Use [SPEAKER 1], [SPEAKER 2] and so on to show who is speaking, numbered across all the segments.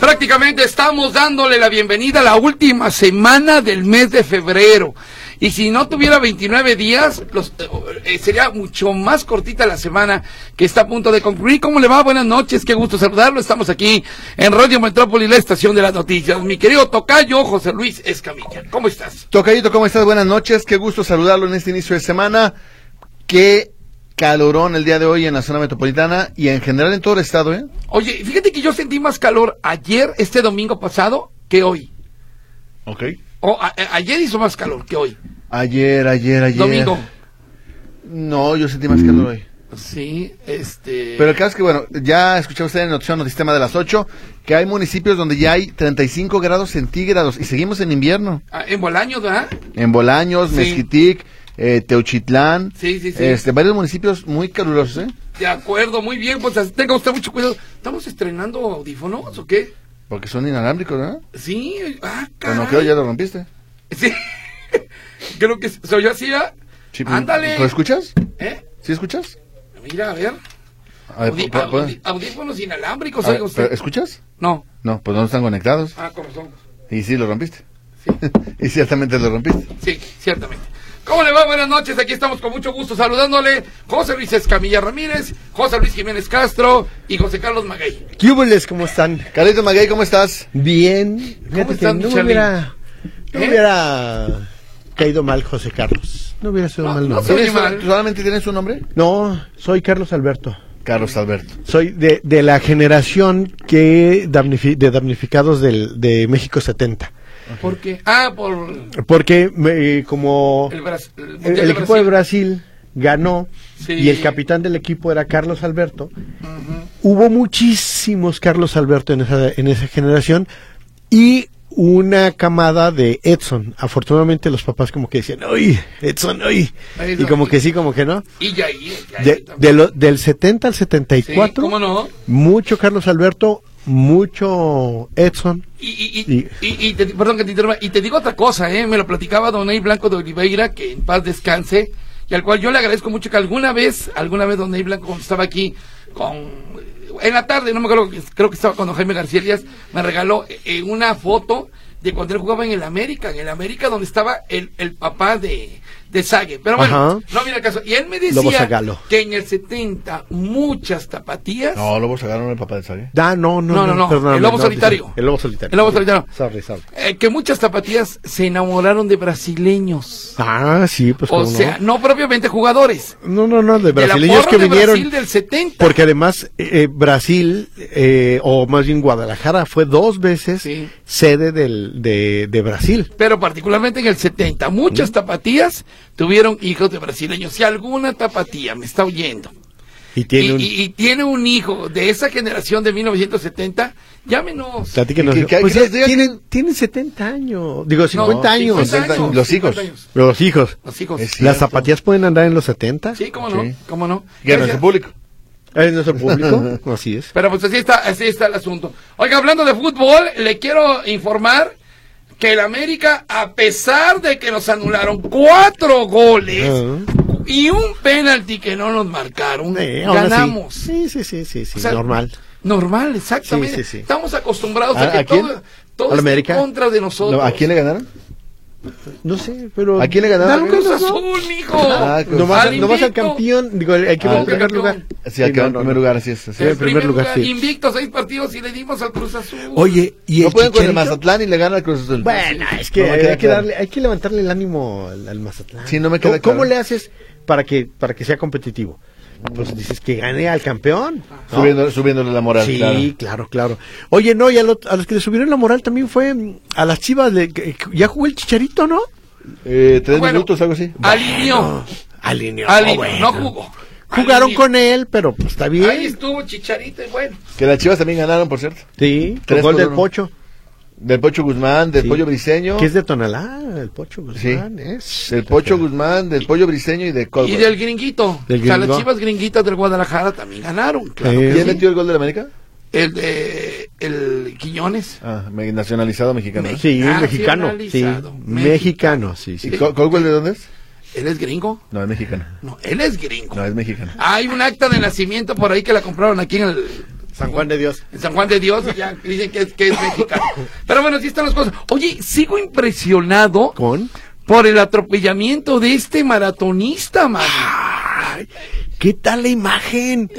[SPEAKER 1] Prácticamente estamos dándole la bienvenida a la última semana del mes de febrero. Y si no tuviera 29 días, los- eh, sería mucho más cortita la semana que está a punto de concluir. ¿Cómo le va? Buenas noches, qué gusto saludarlo. Estamos aquí en Radio Metrópoli, la estación de las noticias. Mi querido Tocayo, José Luis Escamilla. ¿Cómo estás?
[SPEAKER 2] Tocayito, ¿cómo estás? Buenas noches. Qué gusto saludarlo en este inicio de semana. Qué calorón el día de hoy en la zona metropolitana y en general en todo el estado, ¿eh?
[SPEAKER 1] Oye, fíjate que yo sentí más calor ayer, este domingo pasado, que hoy.
[SPEAKER 2] Ok.
[SPEAKER 1] O, a- a- ayer hizo más calor que hoy.
[SPEAKER 2] Ayer, ayer, ayer.
[SPEAKER 1] Domingo.
[SPEAKER 2] No, yo sentí más calor hoy.
[SPEAKER 1] Sí, este.
[SPEAKER 2] Pero el caso es que, bueno, ya escuchaba usted en el Noticiero Notistema de las 8 que hay municipios donde ya hay 35 grados centígrados y seguimos en invierno.
[SPEAKER 1] Ah, en Bolaños, ¿verdad?
[SPEAKER 2] En Bolaños,
[SPEAKER 1] Sí.
[SPEAKER 2] Mezquitic, eh, Teuchitlán.
[SPEAKER 1] Sí, sí, sí.
[SPEAKER 2] Este, varios municipios muy calurosos, ¿eh?
[SPEAKER 1] De acuerdo, muy bien, pues así tenga usted mucho cuidado. ¿Estamos estrenando audífonos o qué?
[SPEAKER 2] Porque son inalámbricos, ¿no?
[SPEAKER 1] Sí, ah,
[SPEAKER 2] Bueno,
[SPEAKER 1] caray.
[SPEAKER 2] creo ya lo rompiste.
[SPEAKER 1] Sí, creo que se oyó así, ¿ah?
[SPEAKER 2] Sí, pues,
[SPEAKER 1] Ándale.
[SPEAKER 2] ¿Lo escuchas?
[SPEAKER 1] ¿Eh?
[SPEAKER 2] ¿Sí escuchas?
[SPEAKER 1] Mira, a ver.
[SPEAKER 2] A ver,
[SPEAKER 1] Audi-
[SPEAKER 2] pa- pa-
[SPEAKER 3] Ah,
[SPEAKER 1] audi- audífonos inalámbricos,
[SPEAKER 3] pues,
[SPEAKER 2] a ver,
[SPEAKER 1] oiga usted.
[SPEAKER 2] pero, ¿Escuchas?
[SPEAKER 1] No,
[SPEAKER 2] No, pues no están conectados.
[SPEAKER 1] ah, con razón.
[SPEAKER 2] Y sí, lo rompiste.
[SPEAKER 1] Sí.
[SPEAKER 2] y ciertamente lo rompiste.
[SPEAKER 1] Sí, ciertamente. ¿Cómo le va? Buenas noches, aquí estamos con mucho gusto saludándole José Luis Escamilla Ramírez, José Luis Jiménez Castro y José Carlos Maguey.
[SPEAKER 3] ¿Qué húboles? ¿Cómo están?
[SPEAKER 2] Carlito Maguey, ¿cómo estás?
[SPEAKER 3] Bien. Fíjate que
[SPEAKER 1] están,
[SPEAKER 3] no me
[SPEAKER 1] Charlie?
[SPEAKER 3] hubiera, no me
[SPEAKER 1] ¿Eh?
[SPEAKER 3] hubiera caído mal José Carlos. No hubiera sido
[SPEAKER 1] No,
[SPEAKER 3] mal
[SPEAKER 1] no
[SPEAKER 3] nombre.
[SPEAKER 1] sé.
[SPEAKER 2] ¿Tienes-
[SPEAKER 1] mal.
[SPEAKER 2] ¿tú ¿Solamente tienes un nombre?
[SPEAKER 3] No, soy Carlos Alberto.
[SPEAKER 2] Carlos Alberto.
[SPEAKER 3] Soy de, de la generación que damnifi- de damnificados del, de México 70.
[SPEAKER 1] ¿Por qué? Ah, por
[SPEAKER 3] Porque me- como
[SPEAKER 1] el, Bras- el
[SPEAKER 3] el,
[SPEAKER 1] Mundial
[SPEAKER 3] el equipo de Brasil ganó
[SPEAKER 1] Sí.
[SPEAKER 3] y el capitán del equipo era Carlos Alberto, hubo muchísimos Carlos Alberto en esa, en esa generación y una camada de Edson. Afortunadamente los papás como que decían, ¡ay, Edson, ay!
[SPEAKER 1] Edson.
[SPEAKER 3] Y como que sí, como que no.
[SPEAKER 1] Y Yair. Yair
[SPEAKER 3] De-
[SPEAKER 1] también.
[SPEAKER 3] de lo- del 70 al
[SPEAKER 1] Sí,
[SPEAKER 3] 74,
[SPEAKER 1] ¿Cómo no?
[SPEAKER 3] mucho Carlos Alberto, mucho Edson.
[SPEAKER 1] Y, y, y,
[SPEAKER 3] Y-
[SPEAKER 1] y- y te- perdón que te interrumpa. Y te digo otra cosa, ¿eh? Me lo platicaba Donay Blanco de Oliveira, que en paz descanse, y al cual yo le agradezco mucho que alguna vez, alguna vez Donay Blanco cuando estaba aquí con... En la tarde, no me acuerdo, creo que estaba con Jaime García Díaz, me regaló eh, una foto de cuando él jugaba en el América, en el América donde estaba el, el papá de, de Sague. Pero bueno,
[SPEAKER 3] Ajá.
[SPEAKER 1] no viene al caso. Y él me
[SPEAKER 3] Lobo
[SPEAKER 1] decía
[SPEAKER 3] Zagalo.
[SPEAKER 1] que en el 70 muchas tapatías...
[SPEAKER 2] No, luego sacaron el papá de Sague.
[SPEAKER 3] Ah, no, no,
[SPEAKER 1] No,
[SPEAKER 3] no,
[SPEAKER 1] no, no,
[SPEAKER 3] perdóname,
[SPEAKER 1] el lobo
[SPEAKER 3] no,
[SPEAKER 1] solitario.
[SPEAKER 3] El lobo solitario.
[SPEAKER 1] El lobo solitario.
[SPEAKER 3] Sorry, sorry.
[SPEAKER 1] eh, que muchas tapatías se enamoraron de brasileños.
[SPEAKER 3] Ah, sí, pues
[SPEAKER 1] O
[SPEAKER 3] cómo no.
[SPEAKER 1] sea, no, propiamente jugadores.
[SPEAKER 3] No, no, no, de
[SPEAKER 1] De la
[SPEAKER 3] brasileños
[SPEAKER 1] porra
[SPEAKER 3] que
[SPEAKER 1] de
[SPEAKER 3] vinieron.
[SPEAKER 1] Brasil del 70.
[SPEAKER 3] Porque además eh, eh, Brasil, eh, o más bien Guadalajara, fue dos veces
[SPEAKER 1] Sí.
[SPEAKER 3] sede del, de, de Brasil.
[SPEAKER 1] Pero particularmente en el 70. Muchas tapatías tuvieron hijos de brasileños. Si alguna tapatía me está oyendo
[SPEAKER 3] Y
[SPEAKER 1] y,
[SPEAKER 3] tiene un...
[SPEAKER 1] y- y tiene un hijo de esa generación de 1970, llámenos.
[SPEAKER 3] platíquenos.
[SPEAKER 2] que- que-
[SPEAKER 3] Pues
[SPEAKER 2] que
[SPEAKER 3] ya
[SPEAKER 2] nos digan-
[SPEAKER 3] tienen, tienen 70 años. Digo, 50
[SPEAKER 1] No,
[SPEAKER 3] años.
[SPEAKER 1] 50
[SPEAKER 2] años, los hijos.
[SPEAKER 1] 50 años.
[SPEAKER 3] Los hijos.
[SPEAKER 1] Los hijos.
[SPEAKER 2] Es-
[SPEAKER 3] ¿Las
[SPEAKER 2] Cierto.
[SPEAKER 3] zapatillas pueden andar en los 70?
[SPEAKER 1] Sí, cómo
[SPEAKER 2] Sí.
[SPEAKER 1] no, cómo no.
[SPEAKER 2] Que no es
[SPEAKER 1] Gracias.
[SPEAKER 2] el público.
[SPEAKER 3] ¿Es nuestro público? Así es.
[SPEAKER 1] Pero pues así está, así está el asunto. Oiga, hablando de fútbol, le quiero informar que el América, a pesar de que nos anularon cuatro goles
[SPEAKER 3] Ah.
[SPEAKER 1] y un penalti que no nos marcaron,
[SPEAKER 3] Eh, ahora sí.
[SPEAKER 1] ganamos.
[SPEAKER 3] Sí, sí, sí, sí, sí,
[SPEAKER 1] O sea,
[SPEAKER 3] normal.
[SPEAKER 1] Normal, exactamente.
[SPEAKER 3] Sí, sí, sí.
[SPEAKER 1] Estamos acostumbrados a,
[SPEAKER 2] ¿A-
[SPEAKER 1] que
[SPEAKER 2] a quién?
[SPEAKER 1] todo, todo
[SPEAKER 3] ¿Al
[SPEAKER 1] esté en
[SPEAKER 3] América?
[SPEAKER 1] contra de nosotros.
[SPEAKER 2] No, ¿A quién le ganaron?
[SPEAKER 3] No sé, pero...
[SPEAKER 2] ¿A quién le ganaron?
[SPEAKER 3] Dale un
[SPEAKER 1] Cruz
[SPEAKER 3] caso, ¿no?
[SPEAKER 1] Azul, mijo.
[SPEAKER 2] Ah, Cruz
[SPEAKER 3] No vas,
[SPEAKER 1] Al
[SPEAKER 3] no vas al
[SPEAKER 1] invicto.
[SPEAKER 3] campeón, digo, el, el que va
[SPEAKER 2] Ah,
[SPEAKER 3] en primer
[SPEAKER 1] campeón.
[SPEAKER 3] lugar.
[SPEAKER 2] Sí, acá
[SPEAKER 3] no,
[SPEAKER 2] en
[SPEAKER 3] no,
[SPEAKER 2] primer
[SPEAKER 3] no. Eh,
[SPEAKER 2] lugar, así es. así
[SPEAKER 3] en
[SPEAKER 1] En
[SPEAKER 2] es.
[SPEAKER 3] Sí. primer
[SPEAKER 1] primer lugar,
[SPEAKER 3] lugar, sí.
[SPEAKER 1] invicto seis partidos y le dimos al Cruz Azul.
[SPEAKER 3] Oye, ¿y
[SPEAKER 2] No
[SPEAKER 3] el
[SPEAKER 2] pueden con el
[SPEAKER 3] Chicharito?
[SPEAKER 2] Mazatlán y le ganan al Cruz Azul.
[SPEAKER 3] Bueno, es que,
[SPEAKER 2] No me
[SPEAKER 3] hay,
[SPEAKER 2] queda
[SPEAKER 3] que
[SPEAKER 2] claro.
[SPEAKER 3] darle, hay que levantarle el ánimo al, al Mazatlán.
[SPEAKER 2] Sí, no me queda
[SPEAKER 3] ¿Cómo, cómo
[SPEAKER 2] claro.
[SPEAKER 3] le haces para que para que sea competitivo? Pues dices que gane al campeón. ¿no?
[SPEAKER 2] Subiendo- subiéndole la moral,
[SPEAKER 3] sí,
[SPEAKER 2] claro.
[SPEAKER 3] claro. claro, Oye, no, y a, lo- a los que le subieron la moral también fue mm, a las chivas. de- que- que ya jugó el chicharito, ¿no?
[SPEAKER 2] Eh, tres
[SPEAKER 1] Bueno,
[SPEAKER 3] Ah.
[SPEAKER 2] minutos, algo así.
[SPEAKER 1] alineó. Alineó,
[SPEAKER 3] Alineó. Ah, bueno.
[SPEAKER 1] no jugó.
[SPEAKER 3] Jugaron
[SPEAKER 1] Ahí-
[SPEAKER 3] con él, pero pues está
[SPEAKER 1] Ahí
[SPEAKER 3] bien.
[SPEAKER 1] estuvo Chicharito y bueno.
[SPEAKER 2] Que las chivas también ganaron, por cierto.
[SPEAKER 3] Sí, con
[SPEAKER 2] Tres
[SPEAKER 3] gol
[SPEAKER 2] por
[SPEAKER 3] del
[SPEAKER 2] uno.
[SPEAKER 3] Pocho,
[SPEAKER 2] Del Pocho Guzmán, del
[SPEAKER 3] Sí.
[SPEAKER 2] Pollo Briseño.
[SPEAKER 3] que es de Tonalá, el Pocho Guzmán.
[SPEAKER 2] Sí.
[SPEAKER 3] es-
[SPEAKER 2] Del Pocho Guzmán, del Pollo Briseño y de
[SPEAKER 1] Y
[SPEAKER 2] Colbert.
[SPEAKER 1] del gringuito.
[SPEAKER 3] Del
[SPEAKER 1] o sea, las
[SPEAKER 3] gringo.
[SPEAKER 1] chivas gringuitas del Guadalajara también ganaron. Claro.
[SPEAKER 3] Sí.
[SPEAKER 2] ¿Quién metió el gol de la América?
[SPEAKER 1] El de el Quiñones.
[SPEAKER 2] Ah, me- nacionalizado mexicano.
[SPEAKER 1] Me-
[SPEAKER 3] Sí,
[SPEAKER 1] Ah,
[SPEAKER 3] mexicano. Sí,
[SPEAKER 1] nacionalizado.
[SPEAKER 3] mexicano, sí, sí.
[SPEAKER 2] ¿Y Col- Colbert de dónde es?
[SPEAKER 1] ¿Él es gringo?
[SPEAKER 2] No, es mexicano.
[SPEAKER 1] No, él es gringo.
[SPEAKER 2] No, es mexicano.
[SPEAKER 1] Hay un acta de nacimiento por ahí que la compraron aquí en el
[SPEAKER 3] San Juan de Dios.
[SPEAKER 1] en San Juan de Dios y ya dicen que es, que es mexicano. Pero bueno, así están las cosas. Oye, sigo impresionado
[SPEAKER 3] Con.
[SPEAKER 1] por el atropellamiento de este maratonista, man.
[SPEAKER 3] ¿Qué tal la imagen?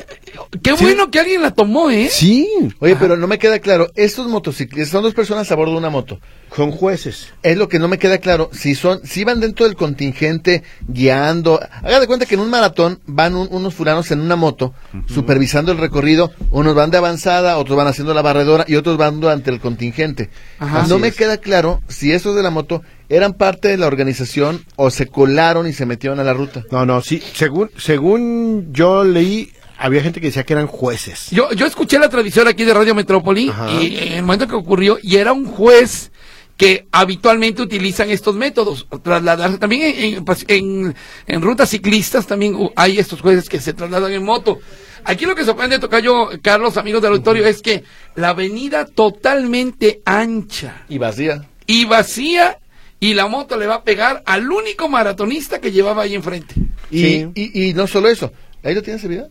[SPEAKER 1] Qué bueno que alguien la tomó, ¿eh?
[SPEAKER 3] Sí.
[SPEAKER 2] Oye, pero no me queda claro. Estos motociclistas son dos personas a bordo de una moto.
[SPEAKER 3] Son jueces.
[SPEAKER 2] Es lo que no me queda claro. Si son, si van dentro del contingente guiando. Haga de cuenta que en un maratón van un- unos fulanos en una moto supervisando el recorrido. Unos van de avanzada, otros van haciendo la barredora y otros van durante el contingente.
[SPEAKER 1] Ajá.
[SPEAKER 2] no
[SPEAKER 1] Así
[SPEAKER 2] me
[SPEAKER 1] es.
[SPEAKER 2] queda claro si esos de la moto eran parte de la organización o se colaron y se metieron a la ruta.
[SPEAKER 3] No, no, sí. Según, según yo leí, había gente que decía que eran jueces.
[SPEAKER 1] Yo, yo escuché la tradición aquí de Radio Metrópoli
[SPEAKER 3] Ajá.
[SPEAKER 1] y eh, en el momento que ocurrió, y era un juez que habitualmente utilizan estos métodos. Trasladarse también en, en pas- en- en rutas ciclistas, también uh, hay estos jueces que se trasladan en moto. Aquí lo que sorprende, Tocayo, Carlos, amigos del auditorio, es que la avenida totalmente ancha
[SPEAKER 2] Y vacía.
[SPEAKER 1] y vacía y la moto le va a pegar al único maratonista que llevaba ahí enfrente.
[SPEAKER 2] Y,
[SPEAKER 3] Sí.
[SPEAKER 2] y, y no solo eso. ¿Ahí lo tienes el video?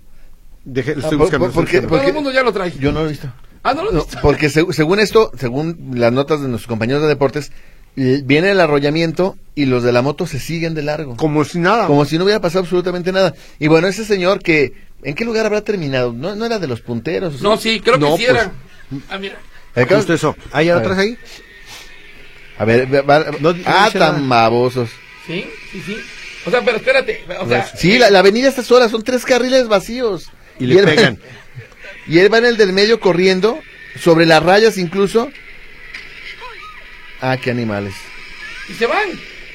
[SPEAKER 3] Deje- lo
[SPEAKER 2] Ah, por-
[SPEAKER 3] estoy buscando.
[SPEAKER 2] por-
[SPEAKER 3] lo estoy
[SPEAKER 2] porque-
[SPEAKER 3] buscando.
[SPEAKER 1] Todo
[SPEAKER 2] porque-
[SPEAKER 1] el mundo ya lo trae.
[SPEAKER 2] Yo no lo he visto.
[SPEAKER 1] Ah, no lo
[SPEAKER 2] No,
[SPEAKER 1] viste.
[SPEAKER 2] porque seg- según esto, según las notas de nuestros compañeros de deportes, eh, viene el arrollamiento y los de la moto se siguen de largo.
[SPEAKER 3] Como si nada.
[SPEAKER 2] Como si no hubiera pasado absolutamente nada. Y bueno, ese señor que, ¿en qué lugar habrá terminado? No, no era de los punteros.
[SPEAKER 1] No, sí, creo
[SPEAKER 3] No,
[SPEAKER 1] que sí era.
[SPEAKER 2] pues,
[SPEAKER 1] Ah, mira.
[SPEAKER 2] El caso-
[SPEAKER 3] Justo eso. Ah, ¿Hay
[SPEAKER 2] A
[SPEAKER 3] atrás
[SPEAKER 2] ver.
[SPEAKER 3] ahí?
[SPEAKER 2] A ver, ve- va-
[SPEAKER 3] No- no
[SPEAKER 2] ah,
[SPEAKER 3] dice
[SPEAKER 2] tan babosos.
[SPEAKER 1] Sí, sí, sí. O sea, pero espérate. O sea, eh,
[SPEAKER 2] Sí, la, la avenida está sola, son tres carriles vacíos.
[SPEAKER 3] Y le
[SPEAKER 2] él va-
[SPEAKER 3] pegan.
[SPEAKER 2] y él va en el del medio corriendo, sobre las rayas incluso. Ah, qué animales.
[SPEAKER 1] y se van.